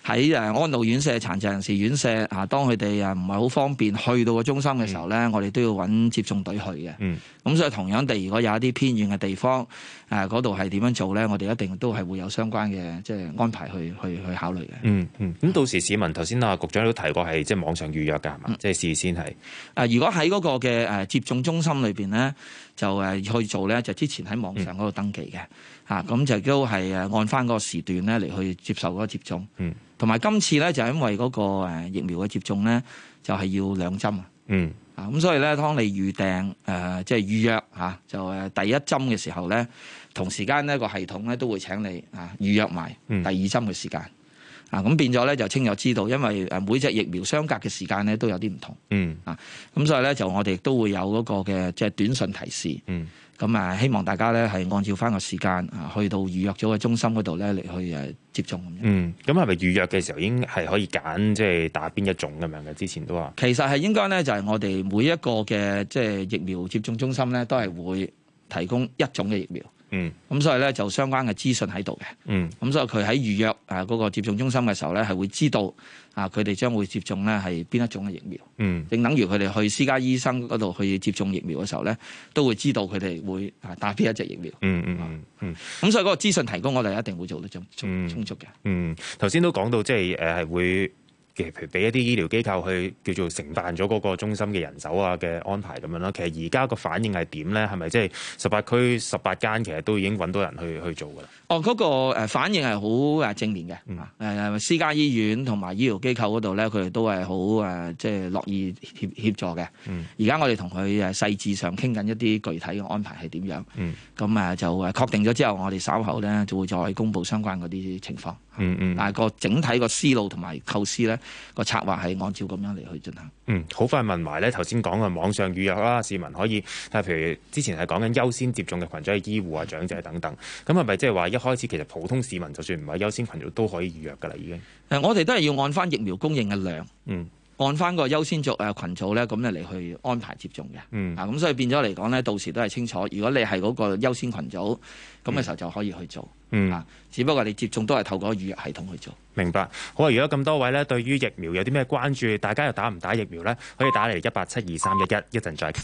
Speaker 3: 喺誒呃安老院舍、殘疾人士院舍啊，當佢哋誒唔係好方便去到個中心嘅時候咧，我哋都要揾接種隊去嘅。
Speaker 2: 嗯，
Speaker 3: 咁所以同樣地，如果有一啲偏遠嘅地方誒嗰度係點樣做咧，我哋一定都係會有相關嘅即係安排去去去考慮嘅。
Speaker 2: 嗯嗯。咁到時市民頭先啊，局長都提過係即係網上預約㗎，係嘛？即係事先係。
Speaker 3: 啊，如果喺嗰個嘅誒接種中心裏邊咧，就誒去做咧，就之前喺網上嗰度登記嘅，嚇咁、就都係誒按翻嗰個時段咧嚟去接受嗰個接種。
Speaker 2: 嗯，
Speaker 3: 同埋今次咧就因為嗰個誒疫苗嘅接種咧，就係、要兩針啊。
Speaker 2: 嗯
Speaker 3: 啊，咁所以咧，當你預訂誒、呃即係預約嚇、啊就誒、第一針嘅時候咧，同時間呢個系統咧都會請你啊預約埋
Speaker 2: 嗯
Speaker 3: 第二針嘅時間。啊，咁變咗咧就清楚知道，因為誒每隻疫苗相隔嘅時間咧都有啲唔同。
Speaker 2: 嗯
Speaker 3: 咁所以咧就我哋亦都會有嗰個嘅即係短信提示，
Speaker 2: 嗯
Speaker 3: 咁啊希望大家咧係按照翻個時間啊去到預約咗嘅中心嗰度咧嚟去誒接種咁樣。
Speaker 2: 嗯。咁係咪預約嘅時候已經係可以揀即係打邊一種咁樣嘅？之前都話。
Speaker 3: 其實係應該咧就係我哋每一個嘅即係疫苗接種中心咧都係會提供一種嘅疫苗，
Speaker 2: 嗯
Speaker 3: 咁所以咧就相關嘅資訊喺度嘅。
Speaker 2: 嗯
Speaker 3: 咁所以佢喺預約啊嗰個接種中心嘅時候咧，係會知道啊佢哋將會接種咧係邊一種嘅疫苗，
Speaker 2: 嗯
Speaker 3: 正等於佢哋去私家醫生嗰度去接種疫苗嘅時候咧，都會知道佢哋會啊打邊一隻疫苗。
Speaker 2: 嗯嗯嗯嗯。
Speaker 3: 咁所以嗰個資訊提供，我哋一定會做得充充
Speaker 2: 嗯
Speaker 3: 充足嘅。
Speaker 2: 嗯，頭先都講到即係呃誒係會嘅，譬如俾一啲醫療機構去叫做承辦咗嗰個中心嘅人手啊嘅安排咁樣啦。其實而家個反應係點咧？係咪即係十八區十八間其實都已經揾到人去去做㗎啦？
Speaker 3: 哦，嗰、個呃反應係好誒正面嘅。誒、
Speaker 2: 嗯
Speaker 3: 私家醫院同埋醫療機構嗰度咧，佢哋都係好誒，即係樂意協協助嘅。
Speaker 2: 嗯
Speaker 3: 而家我哋同佢誒細緻上傾緊一啲具體嘅安排係點樣。
Speaker 2: 嗯
Speaker 3: 咁誒就誒確定咗之後，我哋稍後咧就會再公布相關嗰啲情況。
Speaker 2: 嗯嗯
Speaker 3: 但係個整體個思路同埋構思咧，個策劃係按照咁樣嚟去進行。
Speaker 2: 嗯，好快問埋咧，頭先講嘅網上預約啦，市民可以係譬如之前係講緊優先接種嘅群組係醫護啊、長者等等，咁係咪即係話一開始其實普通市民就算唔係優先群組都可以預約㗎啦？已經，
Speaker 3: 誒，呃我哋都係要按翻疫苗供應嘅量，
Speaker 2: 嗯
Speaker 3: 按翻個優先族誒群組咧，咁咧嚟去安排接種嘅。
Speaker 2: 嗯
Speaker 3: 啊，咁所以變咗嚟講咧，到時都係清楚。如果你係嗰個優先群組，咁嘅時候就可以去做。
Speaker 2: 嗯。
Speaker 3: 啊，只不過你接種都係透過預約系統去做。
Speaker 2: 明白。好啊，如果咁多位咧，對於疫苗有啲咩關注，大家又打唔打疫苗呢？可以打嚟一八七二三一一，一陣再傾。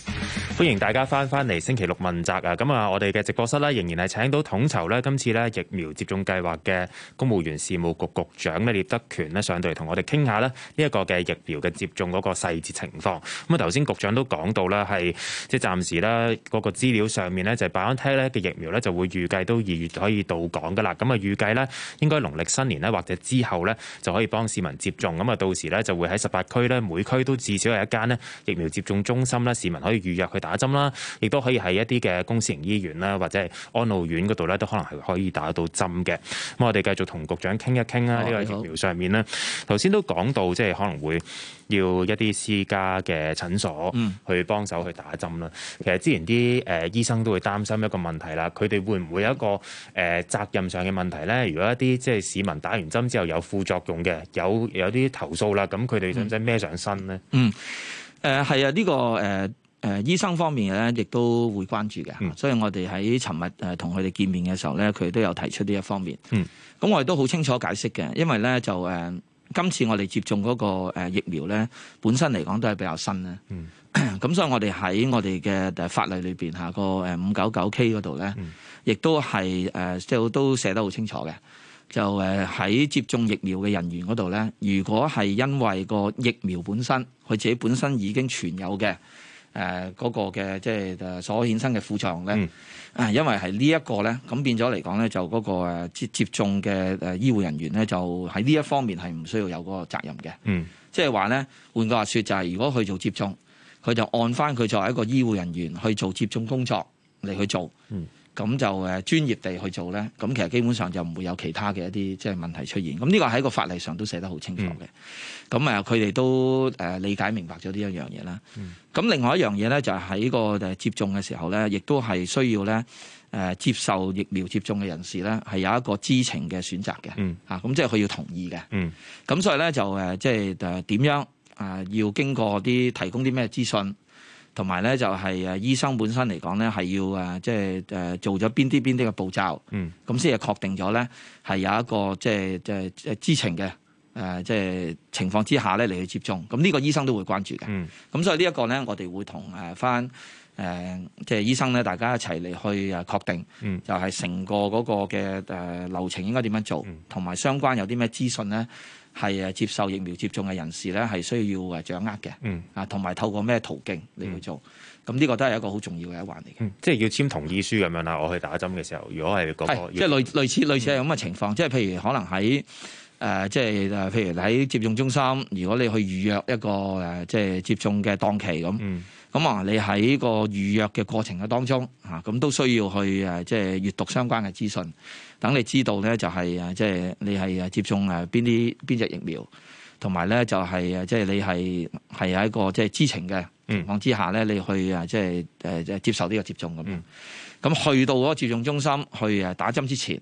Speaker 2: 歡迎大家翻翻嚟星期六問責啊！咁啊，我哋嘅直播室呢，仍然係請到統籌呢今次呢疫苗接種計劃嘅公務員事務局局長呢，聶德權呢，上到嚟同我哋傾下呢呢一個嘅疫苗嘅接種嗰個細節情況。咁啊，頭先局長都講到啦，係即係暫時啦，嗰個資料上面呢，就係 BioNTech 咧嘅疫苗呢，就會預計都二月可以到港噶啦。咁啊，預計呢應該農曆新年呢，或者之後呢，就可以幫市民接種。咁啊，到時呢，就會喺十八區呢，每區都至少有一間呢疫苗接種中心呢，市民可以預約去打針啦，亦都可以喺一啲嘅公私營醫院啦，或者係安老院嗰度呢，都可能係可以打到針嘅。咁我哋繼續同局長傾一傾啦，呢
Speaker 3: 哦
Speaker 2: 個
Speaker 3: 你好
Speaker 2: 疫苗上面呢，頭先都講到即係可能會。要一啲私家嘅診所
Speaker 3: 嗯
Speaker 2: 去幫手去打針啦。其實之前啲誒、呃、醫生都會擔心一個問題啦，佢哋會唔會有一個誒、呃、責任上嘅問題咧？如果一啲即係市民打完針之後有副作用嘅，有有啲投訴啦，咁
Speaker 3: 嗯
Speaker 2: 佢哋使唔使孭上身咧？
Speaker 3: 誒係啊，呢、個誒。誒醫生方面咧，亦都會關注嘅，
Speaker 2: 嗯
Speaker 3: 所以我哋喺尋日誒同佢哋見面嘅時候咧，佢都有提出呢一方面。
Speaker 2: 嗯，
Speaker 3: 咁我哋都好清楚解釋嘅，因為咧就誒、今次我哋接種嗰個誒疫苗咧，本身嚟講都係比較新咧。
Speaker 2: 嗯，
Speaker 3: 咁所以我哋喺我哋嘅誒法例裏邊下個呃誒五九九 K 嗰度咧
Speaker 2: 嗯，
Speaker 3: 亦都係誒即係都寫得好清楚嘅。就誒喺接種疫苗嘅人員嗰度咧，如果係因為個疫苗本身佢自己本身已經存有嘅誒嗰個嘅即係誒所衍生嘅副作用咧，
Speaker 2: 嗯
Speaker 3: 啊、因為係呢一個咧，咁變咗嚟講咧，就嗰個誒接接種嘅誒醫護人員咧，就喺呢一方面係唔需要有嗰個責任嘅。
Speaker 2: 嗯
Speaker 3: 即係話咧，換句話說就係、如果佢做接種，佢就按翻佢作為一個醫護人員去做接種工作嚟去做。
Speaker 2: 嗯
Speaker 3: 咁就誒呃專業地去做咧，咁其實基本上就唔會有其他嘅一啲即係問題出現。咁呢個喺個法例上都寫得好清楚嘅。
Speaker 2: 嗯
Speaker 3: 咁啊、佢哋都誒理解明白咗呢一樣嘢啦。
Speaker 2: 嗯
Speaker 3: 咁、另外一樣嘢咧，就係喺個誒接種嘅時候咧，亦都係需要咧。誒接受疫苗接種嘅人士咧，係有一個知情嘅選擇嘅，
Speaker 2: 嗯
Speaker 3: 啊，咁即係佢要同意嘅，
Speaker 2: 嗯，
Speaker 3: 咁所以咧就誒，即係誒點樣啊，要經過啲提供啲咩資訊，同埋咧就係誒醫生本身嚟講咧係要誒，呃即係誒做咗邊啲邊啲嘅步驟，
Speaker 2: 嗯，
Speaker 3: 咁先係確定咗咧係有一個即係即係即係知情嘅誒，即係情況之下咧嚟去接種，咁呢個醫生都會關注嘅。
Speaker 2: 嗯
Speaker 3: 咁所以呢一個咧，我哋會同誒翻誒即係醫生咧，大家一齊嚟去誒確定，
Speaker 2: 嗯
Speaker 3: 就係成個嗰個嘅誒、呃流程應該點樣做
Speaker 2: 嗯，
Speaker 3: 同埋、相關有啲咩資訊咧係誒接受疫苗接種嘅人士咧係需要誒掌握嘅，
Speaker 2: 嗯
Speaker 3: 啊，同埋透過咩途徑嚟去做，咁呢、個都係一個好重要嘅一環嚟嘅。
Speaker 2: 嗯，即係要簽同意書咁樣啦。我去打針嘅時候，如果係嗰
Speaker 3: 係，
Speaker 2: 個
Speaker 3: 即係類類似類似
Speaker 2: 嗯
Speaker 3: 係咁嘅情況，即係譬如可能喺誒、呃即係誒，譬如喺接種中心，如果你去預約一個誒、呃即係接種嘅檔期咁。
Speaker 2: 嗯
Speaker 3: 咁啊，你喺個預約嘅過程嘅當中嚇，咁都需要去誒，即係閱讀相關嘅資訊，等你知道咧就係呃誒，即係你係誒接種誒邊啲邊隻疫苗，同埋咧就係誒，呃即係你係係喺一個即係知情嘅
Speaker 2: 嗯
Speaker 3: 情況之下咧，你去誒即係誒誒接受呢個接種咁樣
Speaker 2: 嗯。
Speaker 3: 咁去到嗰個接種中心去誒打針之前。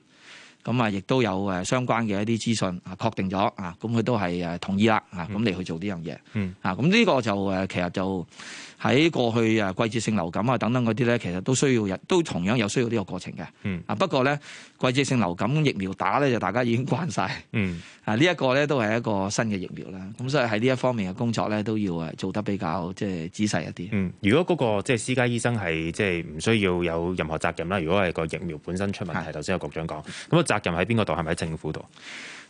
Speaker 3: 咁啊，亦都有誒相關嘅一啲資訊啊，確定咗啊，咁佢都係誒同意啦啊，咁你去做呢樣嘢，
Speaker 2: 嗯
Speaker 3: 啊，咁呢個就誒其實就喺過去誒季節性流感啊等等嗰啲咧，其實都需要人都同樣有需要呢個過程嘅，
Speaker 2: 嗯
Speaker 3: 啊，不過咧季節性流感疫苗打咧就大家已經慣晒。
Speaker 2: 嗯
Speaker 3: 啊，呢一個咧都係一個新嘅疫苗啦，咁所以喺呢一方面嘅工作咧都要誒做得比較即係仔細一啲。
Speaker 2: 嗯，如果嗰個即係私家醫生係即係唔需要有任何責任啦。如果係個疫苗本身出問題，
Speaker 3: 係
Speaker 2: 頭先有局長講，咁個責任喺邊個度？係咪喺政府度？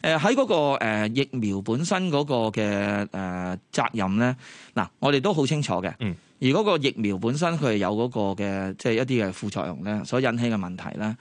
Speaker 3: 誒喺嗰個、呃、疫苗本身嗰個嘅誒、呃、責任咧，嗱我哋都好清楚嘅。
Speaker 2: 嗯。
Speaker 3: 而嗰個疫苗本身佢係有嗰個嘅即係一啲嘅副作用咧，所引起嘅問題咧，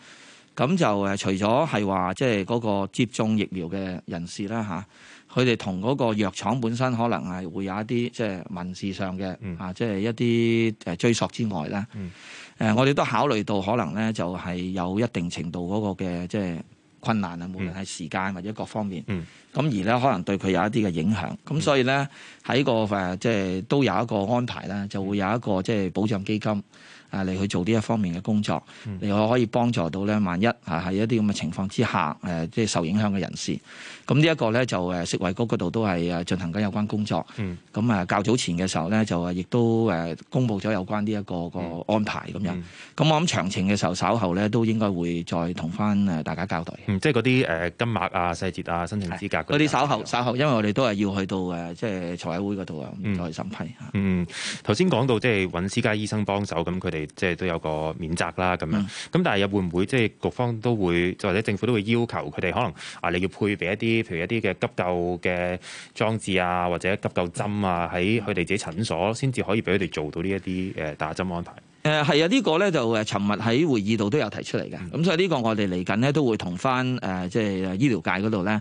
Speaker 3: 咁就誒除咗係話即係嗰個接種疫苗嘅人士啦吓，佢哋同嗰個藥廠本身可能係會有一啲即係民事上嘅、
Speaker 2: 嗯
Speaker 3: 啊，即係一啲誒追索之外啦。
Speaker 2: 嗯
Speaker 3: 誒、我哋都考慮到可能咧就係有一定程度嗰個嘅即係困難啊，無論係時間或者各方面。
Speaker 2: 嗯
Speaker 3: 咁而咧，可能對佢有一啲嘅影響，咁所以咧喺個誒即係都有一個安排
Speaker 2: 嗯
Speaker 3: 啦，就會有一個即係保障基金啊嚟去做呢一方面嘅工作，
Speaker 2: 嗯
Speaker 3: 你可以幫助到咧，萬一啊喺一啲咁嘅情況之下誒，即係受影響嘅人士，咁呢一個咧就誒食衞局嗰度都係啊誒進行緊有關工作，
Speaker 2: 嗯
Speaker 3: 咁啊較早前嘅時候咧就誒亦都誒公布咗有關呢一個個安排咁樣，咁、
Speaker 2: 嗯
Speaker 3: 我諗詳情嘅時候稍後咧都應該會再同翻誒大家交代。
Speaker 2: 嗯，即係嗰啲誒金額啊、細節啊、申請資格
Speaker 3: 嗰啲稍後稍後，因為我哋都係要去到誒，即係財委會嗰度啊，
Speaker 2: 嗯
Speaker 3: 咁再審批嚇。
Speaker 2: 嗯，頭先講到即係揾私家醫生幫手，咁佢哋即係都有個免責啦，咁樣。
Speaker 3: 嗯
Speaker 2: 咁但係又會唔會即係局方都會，或者政府都會要求佢哋可能啊，你要配備一啲譬如一啲嘅急救嘅裝置啊，或者急救針啊，喺佢哋自己診所先至可以俾佢哋做到呢一啲誒打針安排。
Speaker 3: 誒係啊，呢個咧就誒，尋日喺會議度都有提出嚟
Speaker 2: 嗯
Speaker 3: 嘅。咁所以呢個我哋嚟緊咧都會同翻誒，即係醫療界嗰度咧，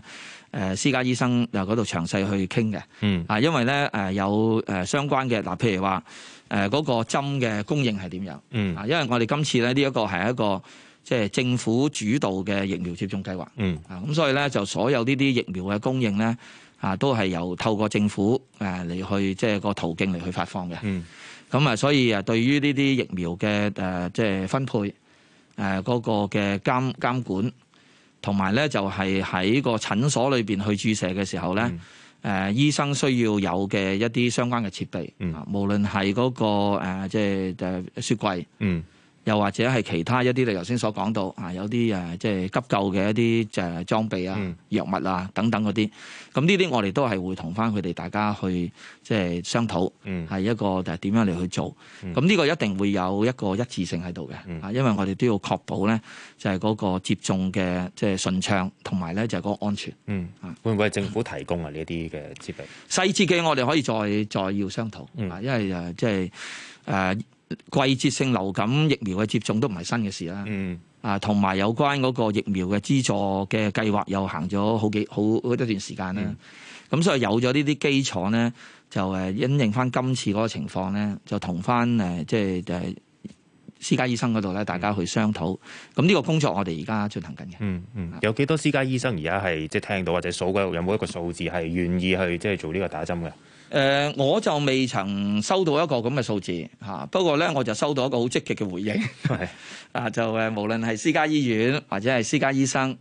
Speaker 3: 誒私家醫生又嗰度詳細去傾嘅。
Speaker 2: 嗯
Speaker 3: 啊，因為咧誒有誒相關嘅嗱，譬如話誒嗰個針嘅供應係點樣
Speaker 2: 嗯
Speaker 3: 啊？因為我哋今次咧呢一個係一個即係政府主導嘅疫苗接種計劃。
Speaker 2: 嗯
Speaker 3: 啊，咁所以咧就所有呢啲疫苗嘅供應咧，啊都係由透過政府誒嚟去即係個途徑嚟去發放嘅。
Speaker 2: 嗯
Speaker 3: 咁啊，所以啊，對於呢啲疫苗嘅誒即係分配誒呃嗰個嘅監監管，同埋咧就係喺個診所裏邊去注射嘅時候咧。
Speaker 2: 嗯
Speaker 3: 誒、醫生需要有嘅一啲相關嘅設備，
Speaker 2: 嗯
Speaker 3: 啊無論係嗰個、誒即係誒雪櫃，
Speaker 2: 嗯
Speaker 3: 又或者係其他一啲你頭先所講到啊，有啲誒即係急救嘅一啲誒裝備啊、
Speaker 2: 嗯
Speaker 3: 藥物啊等等嗰啲，咁呢啲我哋都係會同翻佢哋大家去即係商討，
Speaker 2: 嗯
Speaker 3: 係一個誒點樣嚟去做。
Speaker 2: 嗯
Speaker 3: 咁呢個一定會有一個一致性喺度
Speaker 2: 嗯
Speaker 3: 嘅，啊，因為我哋都要確保咧就係嗰個接種嘅即係順暢，同埋咧就係嗰個安全。
Speaker 2: 嗯，會唔會係政府提供啊呢一啲嘅設備？
Speaker 3: 細節嘅我哋可以再再要商討，
Speaker 2: 嗯
Speaker 3: 啊，因為誒即係誒季節性流感疫苗嘅接種都唔係新嘅事啦。
Speaker 2: 嗯
Speaker 3: 啊，同埋有關嗰個疫苗嘅資助嘅計劃又行咗好幾好好一段時間啦。咁、所以有咗呢啲基礎咧，就誒因應翻今次嗰個情況咧，就同翻誒即係誒私家醫生嗰度咧，大家去商討。咁呢個工作我哋而家進行緊嘅。
Speaker 2: 嗯嗯，有幾多私家醫生而家係即係聽到或者數過有冇一個數字係願意去即係做呢個打針嘅？
Speaker 3: 誒、呃我就未曾收到一個咁嘅數字嚇、不過咧我就收到一個好積極嘅回應。
Speaker 2: 係
Speaker 3: 啊，就誒無論係私家醫院或者係私家醫生，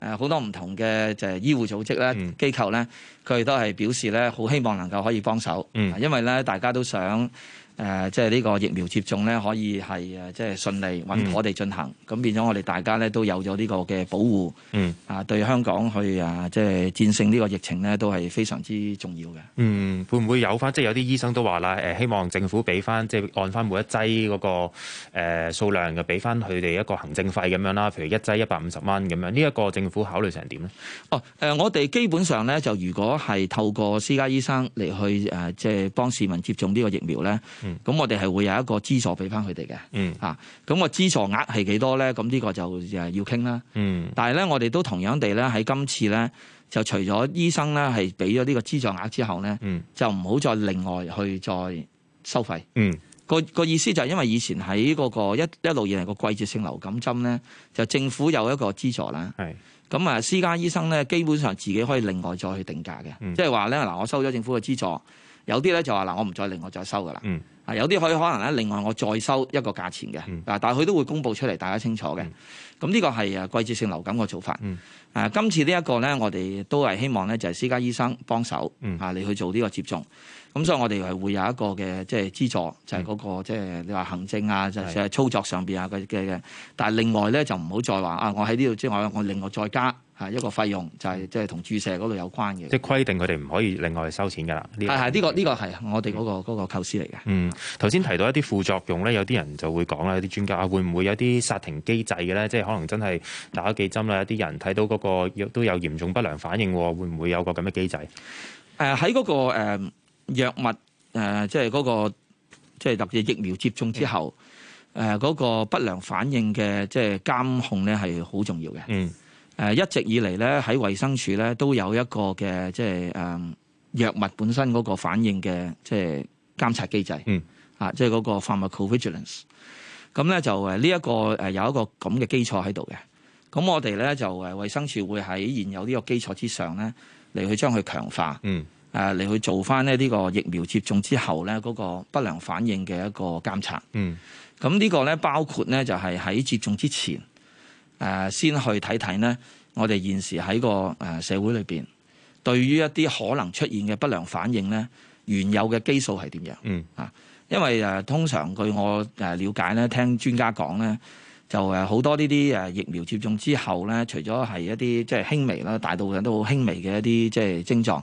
Speaker 3: 誒好多唔同嘅就係醫護組織咧、
Speaker 2: 嗯
Speaker 3: 機構咧，佢哋都係表示咧，好希望能夠可以幫手，啊
Speaker 2: 嗯
Speaker 3: 因為咧大家都想。誒，即係呢個疫苗接種咧，可以係誒，即係順利穩
Speaker 2: 嗯
Speaker 3: 妥地進行，咁、變咗我哋大家咧都有咗呢個嘅保護，
Speaker 2: 嗯
Speaker 3: 啊，對香港去啊，即係戰勝呢個疫情咧，都係非常之重要嘅。
Speaker 2: 嗯，會唔會有翻？即係有啲醫生都話啦，誒、希望政府俾翻即係按翻每一劑嗰、個誒、數量嘅，俾翻佢哋一個行政費咁樣啦。譬如一劑一百五十蚊咁樣，呢、一個政府考慮成點咧？
Speaker 3: 哦，誒、我哋基本上咧，就如果係透過私家醫生嚟去誒、呃即係幫市民接種呢個疫苗咧，咁、
Speaker 2: 嗯
Speaker 3: 我哋係會有一個資助俾翻佢哋嘅。
Speaker 2: 嗯
Speaker 3: 啊，咁個資助額係幾多咧？咁呢個就誒要傾啦。
Speaker 2: 嗯
Speaker 3: 但係咧，我哋都同樣地咧，喺今次咧，就除咗醫生咧係俾咗呢個資助額之後咧，
Speaker 2: 嗯
Speaker 3: 就唔好再另外去再收費。
Speaker 2: 嗯
Speaker 3: 個個意思就係因為以前喺嗰個一一路以嚟個季節性流感針咧，就政府有一個資助啦。
Speaker 2: 係
Speaker 3: 咁啊，私家醫生咧，基本上自己可以另外再去定價嘅，
Speaker 2: 嗯
Speaker 3: 即係話咧嗱，我收咗政府嘅資助，有啲咧就話嗱，我唔再另外再收噶啦，
Speaker 2: 嗯
Speaker 3: 啊有啲可以可能咧另外我再收一個價錢嘅，嗱、啊
Speaker 2: 嗯
Speaker 3: 但係佢都會公佈出嚟，大家清楚嘅。咁呢個係啊季節性流感嘅做法。
Speaker 2: 嗯
Speaker 3: 啊，今次呢一個咧，我哋都係希望咧就係私家醫生幫手
Speaker 2: 嗯
Speaker 3: 啊，你去做呢個接種。咁所以我哋係會有一個嘅即係資助，就係、嗰、個即係你話行政啊，就
Speaker 2: 嗯係
Speaker 3: 係操作上邊啊嘅嘅嘅。但係另外咧就唔好再話啊，我喺呢度之外，我另外再加啊一個費用，就
Speaker 2: 嗯
Speaker 3: 係即係同注射嗰度有關嘅。
Speaker 2: 即係規定佢哋唔可以另外收錢㗎啦。呢
Speaker 3: 係係呢個呢、個係我哋嗰、個嗰、個構思嚟嘅。
Speaker 2: 嗯，頭先提到一啲副作用咧，有啲人就會講啦，有啲專家啊，會唔會有啲殺停機制嘅咧？即係可能真係打咗幾針啦，有啲人睇到嗰個有都有嚴重不良反應喎，會唔會有個咁嘅機制？
Speaker 3: 誒喺嗰個誒、藥物誒、即係嗰、個即係特別疫苗接種之後，誒嗰、嗯個不良反應嘅即係監控咧係好重要嘅。誒、
Speaker 2: 嗯
Speaker 3: 呃一直以嚟咧喺衛生署咧都有一個嘅即係誒、嗯藥物本身嗰個反應嘅即係監察機制。
Speaker 2: 嗯
Speaker 3: 啊，即係嗰個 pharmacovigilance。咁咧就呃誒呢一個誒有一個咁嘅基礎喺度嘅。咁我哋咧就誒衛生署會喺現有呢個基礎之上咧嚟去將佢強化。
Speaker 2: 嗯
Speaker 3: 誒嚟去做翻咧呢個疫苗接種之後咧嗰個不良反應嘅一個監察。
Speaker 2: 嗯
Speaker 3: 咁呢個咧包括咧就係喺接種之前誒、呃先去睇睇咧，我哋現時喺個誒社會裏邊對於一啲可能出現嘅不良反應咧，原有嘅基數係點樣？
Speaker 2: 嗯
Speaker 3: 因為誒、呃通常據我誒瞭解咧，聽專家講咧，就誒好多呢啲誒疫苗接種之後咧，除咗係一啲即係輕微啦，大部分都好輕微嘅一啲即係症狀。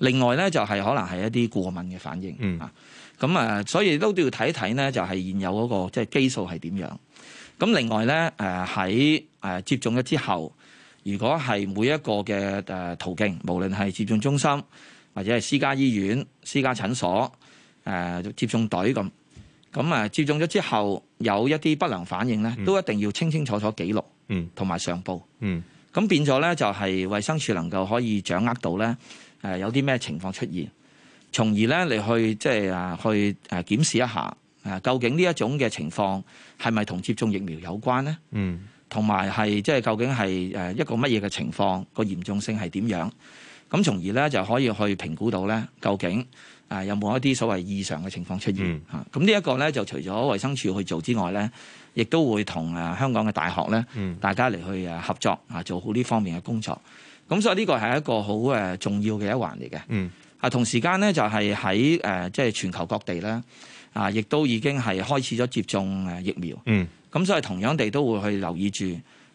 Speaker 3: 另外咧就係、可能係一啲過敏嘅反應、
Speaker 2: 嗯
Speaker 3: 啊。咁啊，所以都都要睇一睇咧，就係、現有嗰、個即係基數係點樣。咁另外咧誒喺誒接種咗之後，如果係每一個嘅誒途徑，無論係接種中心或者係私家醫院、私家診所。誒、接種隊咁。咁啊，接種咗之後有一啲不良反應咧，都一定要清清楚楚記錄
Speaker 2: 嗯
Speaker 3: 同埋上報。
Speaker 2: 嗯
Speaker 3: 咁變咗咧，就係衛生署能夠可以掌握到咧，誒、有啲咩情況出現，從而咧你去即係啊去誒檢視一下誒，究竟呢一種嘅情況係咪同接種疫苗有關咧？
Speaker 2: 嗯
Speaker 3: 同埋係即係究竟係誒一個乜嘢嘅情況，個嚴重性係點樣？咁從而咧就可以去評估到咧，究竟誒有冇一啲所謂異常嘅情況出現
Speaker 2: 嗯
Speaker 3: 嚇？咁呢一個咧就除咗衛生署去做之外咧，亦都會同誒香港嘅大學咧
Speaker 2: 嗯，
Speaker 3: 大家嚟去誒合作啊，做好呢方面嘅工作。咁所以呢個係一個好誒重要嘅一環嚟嘅。
Speaker 2: 嗯
Speaker 3: 啊，同時間咧就係喺誒即係全球各地咧啊，亦都已經係開始咗接種呃誒疫苗。
Speaker 2: 嗯
Speaker 3: 咁所以同樣地都會去留意住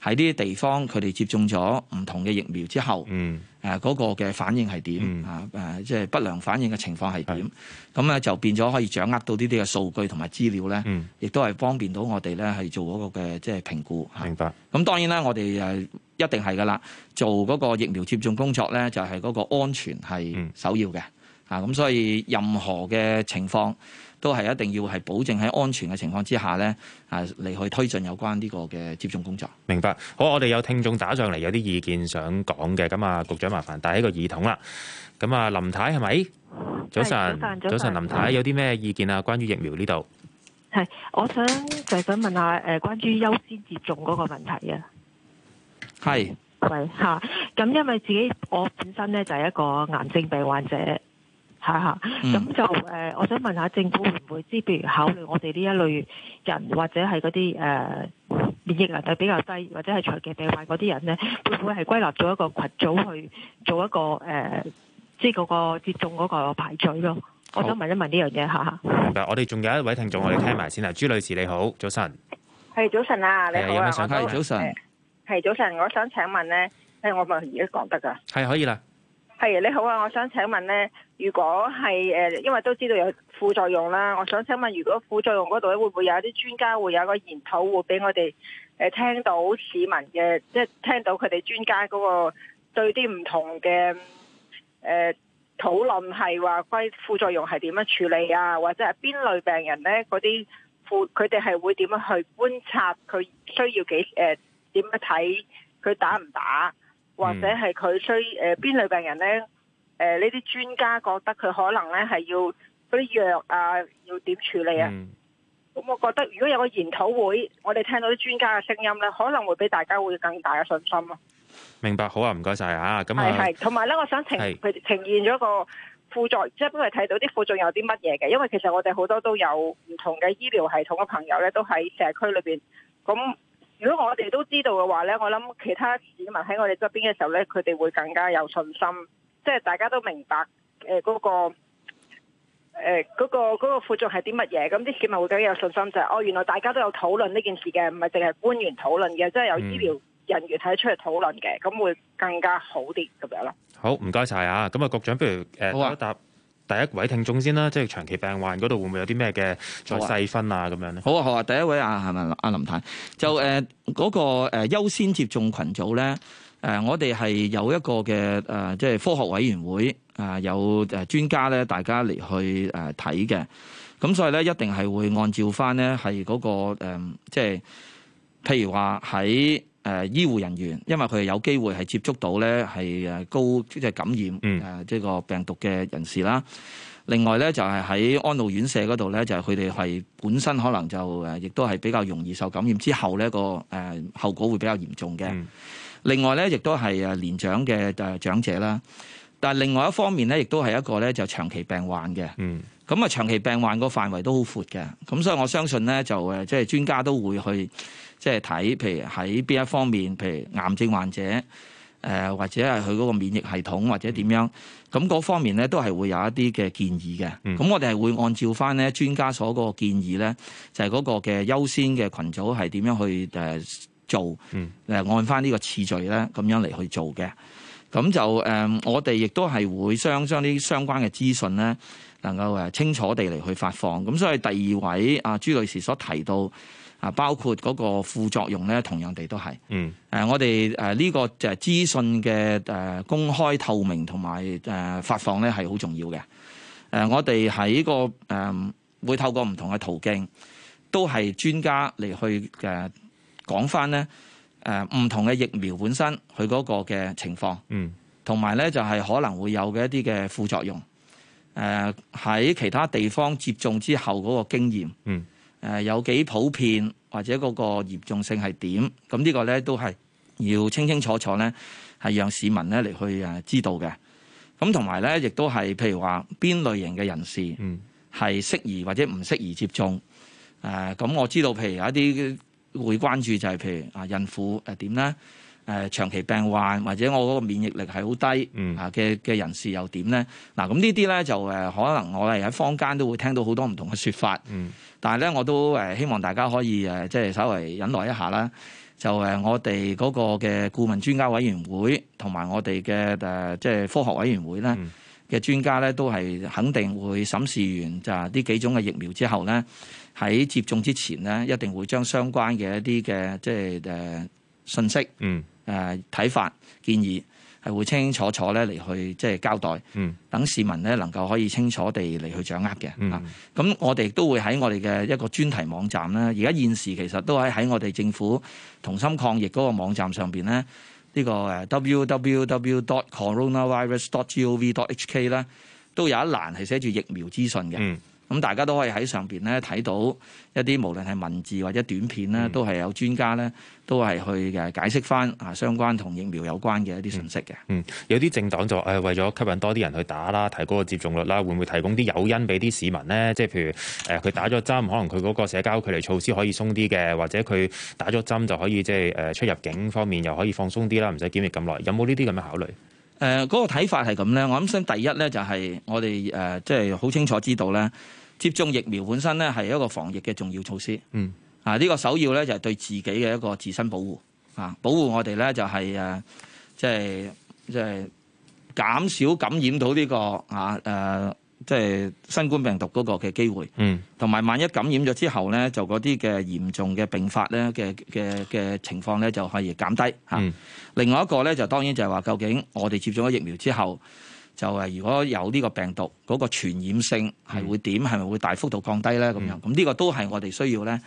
Speaker 3: 喺呢啲地方佢哋接種咗唔同嘅疫苗之後，誒嗰、
Speaker 2: 嗯
Speaker 3: 個嘅反應係
Speaker 2: 嗯
Speaker 3: 點啊？誒即係不良反應嘅情況係點？咁咧就變咗可以掌握到呢啲嘅數據同埋資料咧，
Speaker 2: 嗯，
Speaker 3: 亦都係方便到我哋咧係做嗰個嘅即係評估嚇。
Speaker 2: 明白。
Speaker 3: 咁當然啦，我哋誒一定係噶啦，做嗰個疫苗接種工作咧，就係、嗰個安全係
Speaker 2: 嗯
Speaker 3: 首要嘅。啊，咁所以任何嘅情況都係一定要係保證喺安全嘅情況之下咧，啊嚟去推進有關呢個嘅接種工作。
Speaker 2: 明白，好，我哋有聽眾打上嚟，有啲意見想講嘅，咁啊，局長麻煩帶起個耳筒啦。咁啊，林太係咪？早晨
Speaker 4: 係，早晨
Speaker 2: 早
Speaker 4: 早
Speaker 2: 晨，
Speaker 4: 晨
Speaker 2: 林太有啲咩意見啊？關於疫苗呢度，
Speaker 4: 係，我想就係想問下誒、關於優先接種嗰個問題啊。
Speaker 3: 係
Speaker 4: 喂嚇，咁、因為自己我本身咧就係、一個癌症病患者，係嚇，咁、
Speaker 3: 嗯
Speaker 4: 就誒、我想問下政府會唔會知，譬如考慮我哋呢一類人或者係嗰啲誒免疫能力比較低或者係長期病患嗰啲人咧，會唔會係歸納咗一個群組去做一個誒、即係嗰個接種嗰個排序咯？我想問一問呢樣嘢嚇。嚇
Speaker 2: 明白。我哋仲有一位聽眾，我哋聽埋先啊。朱女士你好，早晨。
Speaker 5: 係早晨啊，你
Speaker 2: 係有
Speaker 5: 好啊，
Speaker 2: 咩
Speaker 5: 我
Speaker 2: 想
Speaker 5: 都
Speaker 2: 法
Speaker 3: 係早晨，
Speaker 5: 係早晨，我想請問咧，誒我咪而家講得噶？
Speaker 2: 係可以啦。
Speaker 5: 係你好啊，我想請問咧，如果係呃誒，因為都知道有副作用啦，我想請問，如果副作用嗰度咧，會唔會有一啲專家會有一個研討會俾我哋誒呃聽到市民嘅，即係聽到佢哋專家嗰個對啲唔同嘅誒呃討論係話關於副作用係點樣處理啊，或者係邊類病人咧嗰啲副佢哋係會點樣去觀察佢需要幾誒點樣睇佢打唔打？或者係佢需誒邊類病人咧？誒呃呢啲專家覺得佢可能咧係要嗰啲藥啊，要點處理啊？
Speaker 2: 嗯
Speaker 5: 咁、我覺得如果有個研討會，我哋聽到啲專家嘅聲音咧，可能會俾大家會更大嘅信心咯。
Speaker 2: 明白，好啊，唔該晒啊。咁
Speaker 5: 係
Speaker 2: 啊，
Speaker 5: 係，同埋咧，我想呈
Speaker 2: 係
Speaker 5: 佢呈現咗個副作，即係俾佢睇到啲副作用有啲乜嘢嘅。因為其實我哋好多都有唔同嘅醫療系統嘅朋友咧，都喺社區裏邊。咁如果我哋都知道嘅話咧，我諗其他市民喺我哋側邊嘅時候咧，佢哋會更加有信心，即係大家都明白誒嗰、個。誒嗰、個嗰、個副作用係啲乜嘢？咁啲市民會更加有信心就係、哦，原來大家都有討論呢件事嘅，唔係淨係官員討論嘅，即係有醫療人員睇出嚟討論嘅，咁會更加好啲咁樣咯。
Speaker 2: 好，唔該晒啊。咁啊，局長，不如誒
Speaker 3: 好啊
Speaker 2: 答一答第一位聽眾先啦，即係長期病患嗰度會唔會有啲咩嘅再細分啊咁樣咧？
Speaker 3: 好啊，好啊，第一位啊，係咪阿林太？就誒嗰、個誒、優先接種群組咧，誒、呃我哋係有一個嘅誒、呃即係科學委員會啊、有誒專家咧，大家嚟去誒睇嘅。咁所以咧，一定係會按照翻咧係嗰個、誒即係譬如話喺誒醫護人員，因為佢哋有機會係接觸到咧係誒高即係感染誒、
Speaker 2: 嗯
Speaker 3: 即係個病毒嘅人士啦。另外咧就係喺安老院舍嗰度咧，就係佢哋係本身可能就誒，亦都係比較容易受感染之後咧個誒後果會比較嚴重嘅。
Speaker 2: 嗯
Speaker 3: 另外咧，亦都係誒年長嘅誒長者啦。但係另外一方面咧，亦都係一個咧就長期病患嘅。
Speaker 2: 嗯，
Speaker 3: 咁啊，長期病患個範圍都好闊嘅，咁所以我相信咧就誒，即係專家都會去即係睇，譬如喺邊一方面，譬如癌症患者誒、呃或者係佢嗰個免疫系統或者點樣，咁嗰方面咧都係會有一啲嘅建議嘅。咁、
Speaker 2: 嗯
Speaker 3: 我哋係會按照翻咧專家所嗰個建議咧，就係、嗰個嘅優先嘅群組係點樣去誒、呃做，誒、
Speaker 2: 嗯
Speaker 3: 按翻呢個次序咧咁樣嚟去做嘅。咁就誒、呃我哋亦都係會將將啲相關嘅資訊咧。能夠誒清楚地嚟去發放。咁所以第二位啊朱女士所提到啊，包括嗰個副作用咧，同樣地都係
Speaker 2: 嗯，
Speaker 3: 誒我哋誒呢個就係資訊嘅誒公開透明同埋誒發放咧係好重要嘅。誒我哋喺個誒會透過唔同嘅途徑，都係專家嚟去誒講翻咧誒唔同嘅疫苗本身佢嗰個嘅情況。
Speaker 2: 嗯，
Speaker 3: 同埋咧就係可能會有嘅一啲嘅副作用。誒、喺其他地方接種之後嗰個經驗，
Speaker 2: 嗯，
Speaker 3: 誒、有幾普遍或者嗰個嚴重性係點？咁呢個咧都係要清清楚楚咧，係讓市民咧嚟去誒知道嘅。咁同埋咧，亦都係譬如話邊類型嘅人士
Speaker 2: 嗯，
Speaker 3: 係適宜或者唔適宜接種。誒、咁我知道譬如有一啲會關注就係譬如啊孕婦誒點咧，誒、長期病患或者我嗰個免疫力係好低。
Speaker 2: 嗯，
Speaker 3: 啊嘅嘅人士又點咧？嗱，咁呢啲咧就誒，可能我哋喺坊間都會聽到好多唔同嘅説法，
Speaker 2: 嗯，
Speaker 3: 但係咧我都誒希望大家可以誒，即係稍微忍耐一下啦。就誒，我哋嗰個嘅顧問專家委員會同埋我哋嘅誒，即係科學委員會咧
Speaker 2: 嗯
Speaker 3: 嘅專家咧，都係肯定會審視完就係呢幾種嘅疫苗之後咧，喺接種之前咧，一定會將相關嘅一啲嘅即係誒信息。
Speaker 2: 嗯，
Speaker 3: 誒睇法建議係會清清楚楚咧嚟去即係交代，
Speaker 2: 嗯，
Speaker 3: 等市民咧能夠可以清楚地嚟去掌握嘅。
Speaker 2: 嗯
Speaker 3: 啊，咁我哋亦都會喺我哋嘅一個專題網站啦。而家現時其實都喺喺我哋政府同心抗疫嗰個網站上邊咧，呢個誒 www.coronavirus.gov.hk 咧，都有一欄係寫住疫苗資訊嘅。
Speaker 2: 嗯，
Speaker 3: 咁大家都可以喺上邊咧睇到一啲無論係文字或者短片咧，
Speaker 2: 嗯
Speaker 3: 都係有專家咧都係去嘅解釋翻啊相關同疫苗有關嘅一啲信息嘅。
Speaker 2: 嗯，有啲政黨就話誒為咗吸引多啲人去打啦，提高個接種率啦，會唔會提供啲誘因俾啲市民呢？即係譬如誒佢打咗針，可能佢嗰個社交距離措施可以鬆啲嘅，或者佢打咗針就可以即係誒出入境方面又可以放鬆啲啦，唔使檢疫咁耐。有冇呢啲咁嘅考慮？
Speaker 3: 呃誒嗰、個睇法係咁咧，我諗先第一咧就係我哋誒、呃即係好清楚知道咧，接種疫苗本身咧係一個防疫嘅重要措施。
Speaker 2: 嗯。
Speaker 3: 啊，呢、個首要咧就係、對自己嘅一個自身保護啊，保護我哋咧就係、誒，即係即係減少感染到呢、個啊誒、呃即係新冠病毒嗰個嘅機會。
Speaker 2: 嗯
Speaker 3: 同埋萬一感染咗之後咧，就嗰啲嘅嚴重嘅並發咧嘅嘅嘅情況咧就可以減低啊嚇。
Speaker 2: 嗯
Speaker 3: 另外一個咧就當然就係話，究竟我哋接種咗疫苗之後，就係如果有呢個病毒嗰、個傳染性係會點，係咪會大幅度降低咧？咁樣咁呢個都係我哋需要咧，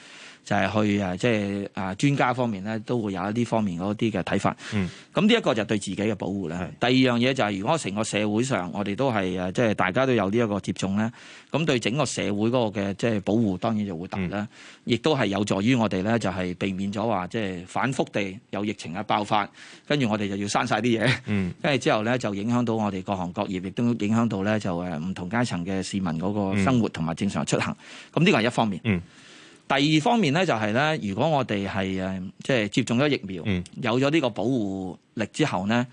Speaker 3: 就係去誒即係誒專家方面咧都會有一啲方面嗰啲嘅睇法。
Speaker 2: 嗯
Speaker 3: 咁呢一個就對自己嘅保護啦。第二樣嘢就係、如果成個社會上我哋都係啊誒，即係大家都有呢一個接種咧，咁對整個社會嗰個嘅即係保護當然就會大啦，亦都係有助於我哋咧就係避免咗話即係反覆地有疫情嘅爆發，跟住我哋就要刪晒啲嘢，
Speaker 2: 嗯
Speaker 3: 跟住之後咧就影響到我哋各行各業，亦都影響到咧就誒唔同階層嘅市民嗰個生活同埋正常出行。咁呢個係一方面。
Speaker 2: 嗯
Speaker 3: 第二方面咧就係、咧，如果我哋係誒即係接種咗疫苗，
Speaker 2: 嗯
Speaker 3: 有咗呢個保護力之後咧，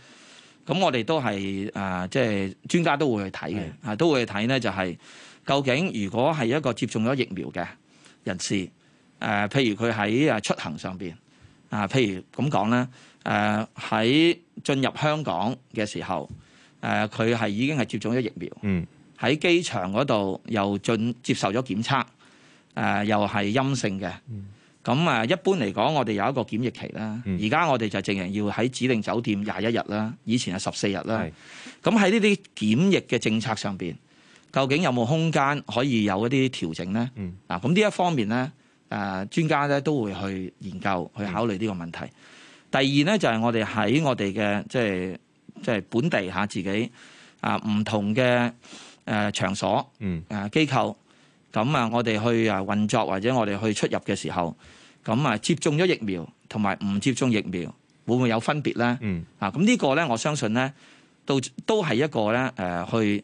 Speaker 3: 咁我哋都係誒、呃即係專家都會去睇嘅
Speaker 2: 係，
Speaker 3: 啊都會去睇咧就係、究竟如果係一個接種咗疫苗嘅人士，誒、呃譬如佢喺誒出行上邊啊，譬如咁講咧，誒喺進入香港嘅時候，誒佢係已經係接種咗疫苗。
Speaker 2: 嗯
Speaker 3: 喺機場嗰度又進接受咗檢測，誒、呃又係陰性嘅。咁誒、一般嚟講，我哋有一個檢疫期啦。
Speaker 2: 嗯
Speaker 3: 而家、我哋就淨係要喺指定酒店廿一日啦，以前係十四日啦
Speaker 2: 係。
Speaker 3: 咁喺呢啲檢疫嘅政策上邊，究竟有冇空間可以有一啲調整呢？嗱、
Speaker 2: 嗯
Speaker 3: 咁呢一方面呢，誒、專家咧都會去研究去考慮呢個問題。第二呢，就係、我哋喺我哋嘅即係即係本地嚇自己啊唔同嘅誒、呃、場所。
Speaker 2: 嗯
Speaker 3: 誒機構，咁啊，我哋去誒運作或者我哋去出入嘅時候，咁啊接種咗疫苗同埋唔接種疫苗會唔會有分別咧？
Speaker 2: 嗯
Speaker 3: 啊，咁呢個咧，我相信咧，到都係一個咧誒、呃去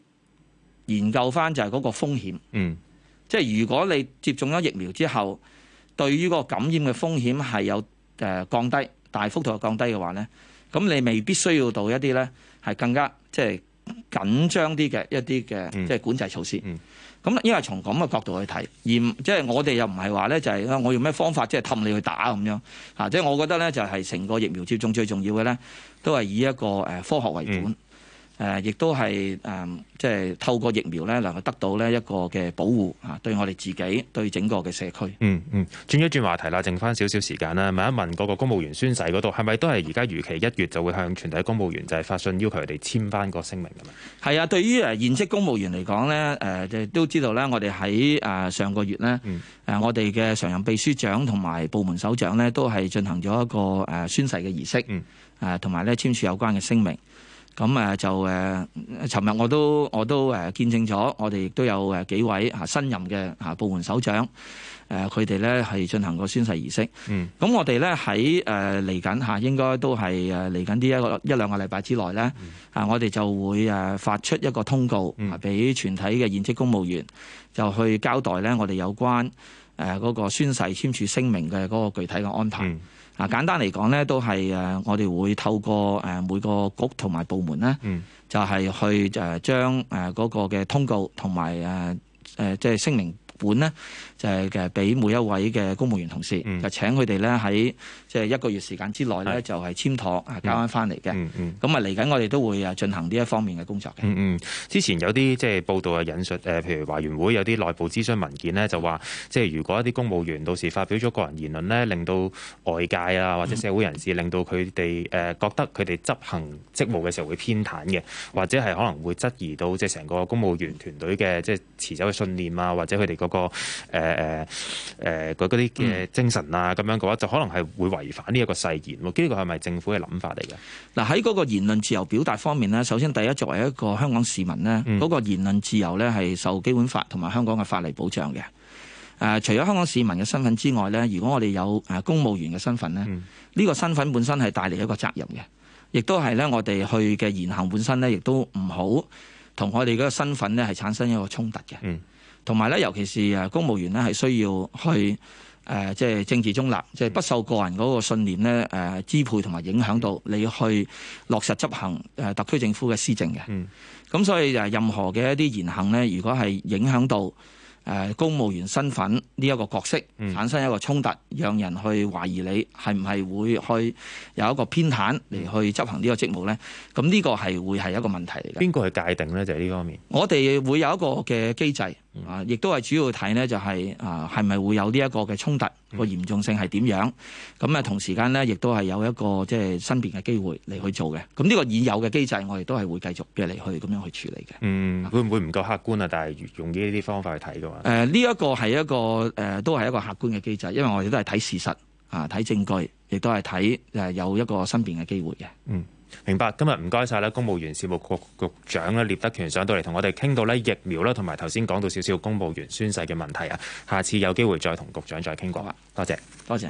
Speaker 3: 研究翻就係嗰個風險，
Speaker 2: 嗯
Speaker 3: 即係如果你接種咗疫苗之後，對於個感染嘅風險係有誒、呃降低大幅度嘅降低嘅話咧，咁你未必需要到一啲咧係更加即係緊張啲嘅一啲嘅
Speaker 2: 嗯
Speaker 3: 即係管制措施。
Speaker 2: 嗯
Speaker 3: 咁因為從咁嘅角度去睇，而唔即係我哋又唔係話咧，就係、啊我用咩方法即係氹你去打咁樣啊！即係我覺得咧，就係、成個疫苗接種最重要嘅咧，都係以一個誒、呃科學為
Speaker 2: 嗯
Speaker 3: 本，誒、亦都係誒、嗯即係透過疫苗咧，能夠得到咧一個嘅保護啊，對我哋自己，對整個嘅社區。
Speaker 2: 嗯嗯，轉一轉話題啦，剩翻少少時間啦，問一問嗰個公務員宣誓嗰度係咪都係而家如期一月就會向全體公務員就係發信要求佢哋簽翻個聲明咁樣？
Speaker 3: 係啊，對於誒現職公務員嚟講咧，誒、就都知道啦，我哋喺誒上個月咧，誒、
Speaker 2: 嗯
Speaker 3: 我哋嘅常任秘書長同埋部門首長咧，都係進行咗一個誒宣誓嘅儀式
Speaker 2: 嗯，
Speaker 3: 誒呃同埋咧簽署有關嘅聲明。咁誒就誒，尋日我都我都誒見證咗，我哋亦都有誒幾位啊新任嘅啊部門首長，誒佢哋咧係進行過宣誓儀式。
Speaker 2: 嗯
Speaker 3: 咁我哋咧喺誒呃嚟緊嚇，應該都係誒嚟緊呢一個一兩個禮拜之內咧，啊我哋就會誒發出一個通告
Speaker 2: 嗯
Speaker 3: 啊，俾全體嘅現職公務員就去交代咧，我哋有關誒嗰個宣誓簽署聲明嘅嗰個具體嘅安排。
Speaker 2: 嗯
Speaker 3: 啊，簡單嚟講咧，都係誒，我哋會透過誒每個局同埋部門咧，
Speaker 2: 嗯
Speaker 3: 就係去誒將誒嗰個嘅通告同埋誒誒即係聲明本咧，就係嘅俾每一位嘅公務員同事，
Speaker 2: 嗯
Speaker 3: 就請佢哋咧喺即係一個月時間之內
Speaker 2: 係
Speaker 3: 咧，就係簽妥啊交翻翻嚟嘅。
Speaker 2: 嗯嗯。
Speaker 3: 咁啊，嚟緊我哋都會誒進行呢一方面嘅工作嘅。
Speaker 2: 嗯嗯，之前有啲即係報道啊，引述誒，譬如華員會有啲內部諮詢文件咧，就話即係如果一啲公務員到時發表咗個人言論咧，令到外界啊或者社會人士令到佢哋誒呃覺得佢哋執行職務嘅時候會偏袒嘅，或者係可能會質疑到即係成個公務員團隊嘅即係持走嘅信念啊，或者佢哋個嗰個誒誒誒嗰啲嘅精神啊，咁樣嘅話就可能係會違反呢一個誓言喎。呢個係咪政府嘅諗法嚟嘅？
Speaker 3: 嗱喺嗰個言論自由表達方面咧，首先第一作為一個香港市民咧，嗰、
Speaker 2: 嗯
Speaker 3: 個言論自由咧係受基本法同埋香港嘅法例保障嘅。誒、除咗香港市民嘅身份之外咧，如果我哋有誒公務員嘅身份咧，呢、
Speaker 2: 嗯
Speaker 3: 呢個身份本身係帶嚟一個責任嘅，亦都係咧我哋去嘅言行本身咧，亦都唔好同我哋嗰個身份咧係產生一個衝突嘅。
Speaker 2: 嗯
Speaker 3: 同埋咧，尤其是誒公務員咧係需要去誒、呃即係政治中立，即係不受個人嗰個信念咧誒、呃支配同埋影響到
Speaker 2: 嗯
Speaker 3: 你去落實執行誒、呃特區政府嘅施政嘅。
Speaker 2: 嗯
Speaker 3: 咁所以就係任何嘅一啲言行咧，如果係影響到誒、呃公務員身份呢一個角色
Speaker 2: 嗯
Speaker 3: 產生一個衝突，讓人去懷疑你係唔係會去有一個偏袒嚟去執行呢個職務咧，咁呢個係會係一個問題嚟嘅。
Speaker 2: 邊個去界定咧？就係呢方面。
Speaker 3: 我哋會有一個嘅機制啊，亦都係主要睇呢，就係啊係咪會有呢一個嘅衝突個嚴重性係點樣？咁啊同時間呢，亦都係有一個即係申辯嘅機會嚟去做嘅。咁呢個已有嘅機制，我哋都係會繼續嘅嚟去咁樣去處理嘅。
Speaker 2: 嗯，會唔會唔夠客觀啊？但係用呢啲方法去睇嘅話，
Speaker 3: 誒呢一個係一個誒、都係一個客觀嘅機制，因為我哋都係睇事實啊，睇證據，亦都係睇誒有一個申辯嘅機會嘅。
Speaker 2: 明白。今日唔該晒咧，公務員事務局局長咧，聶德權上到嚟同我哋傾到咧疫苗啦，同埋頭先講到少少公務員宣誓嘅問題啊。下次有機會再同局長再傾過啊。多謝。
Speaker 3: 多謝。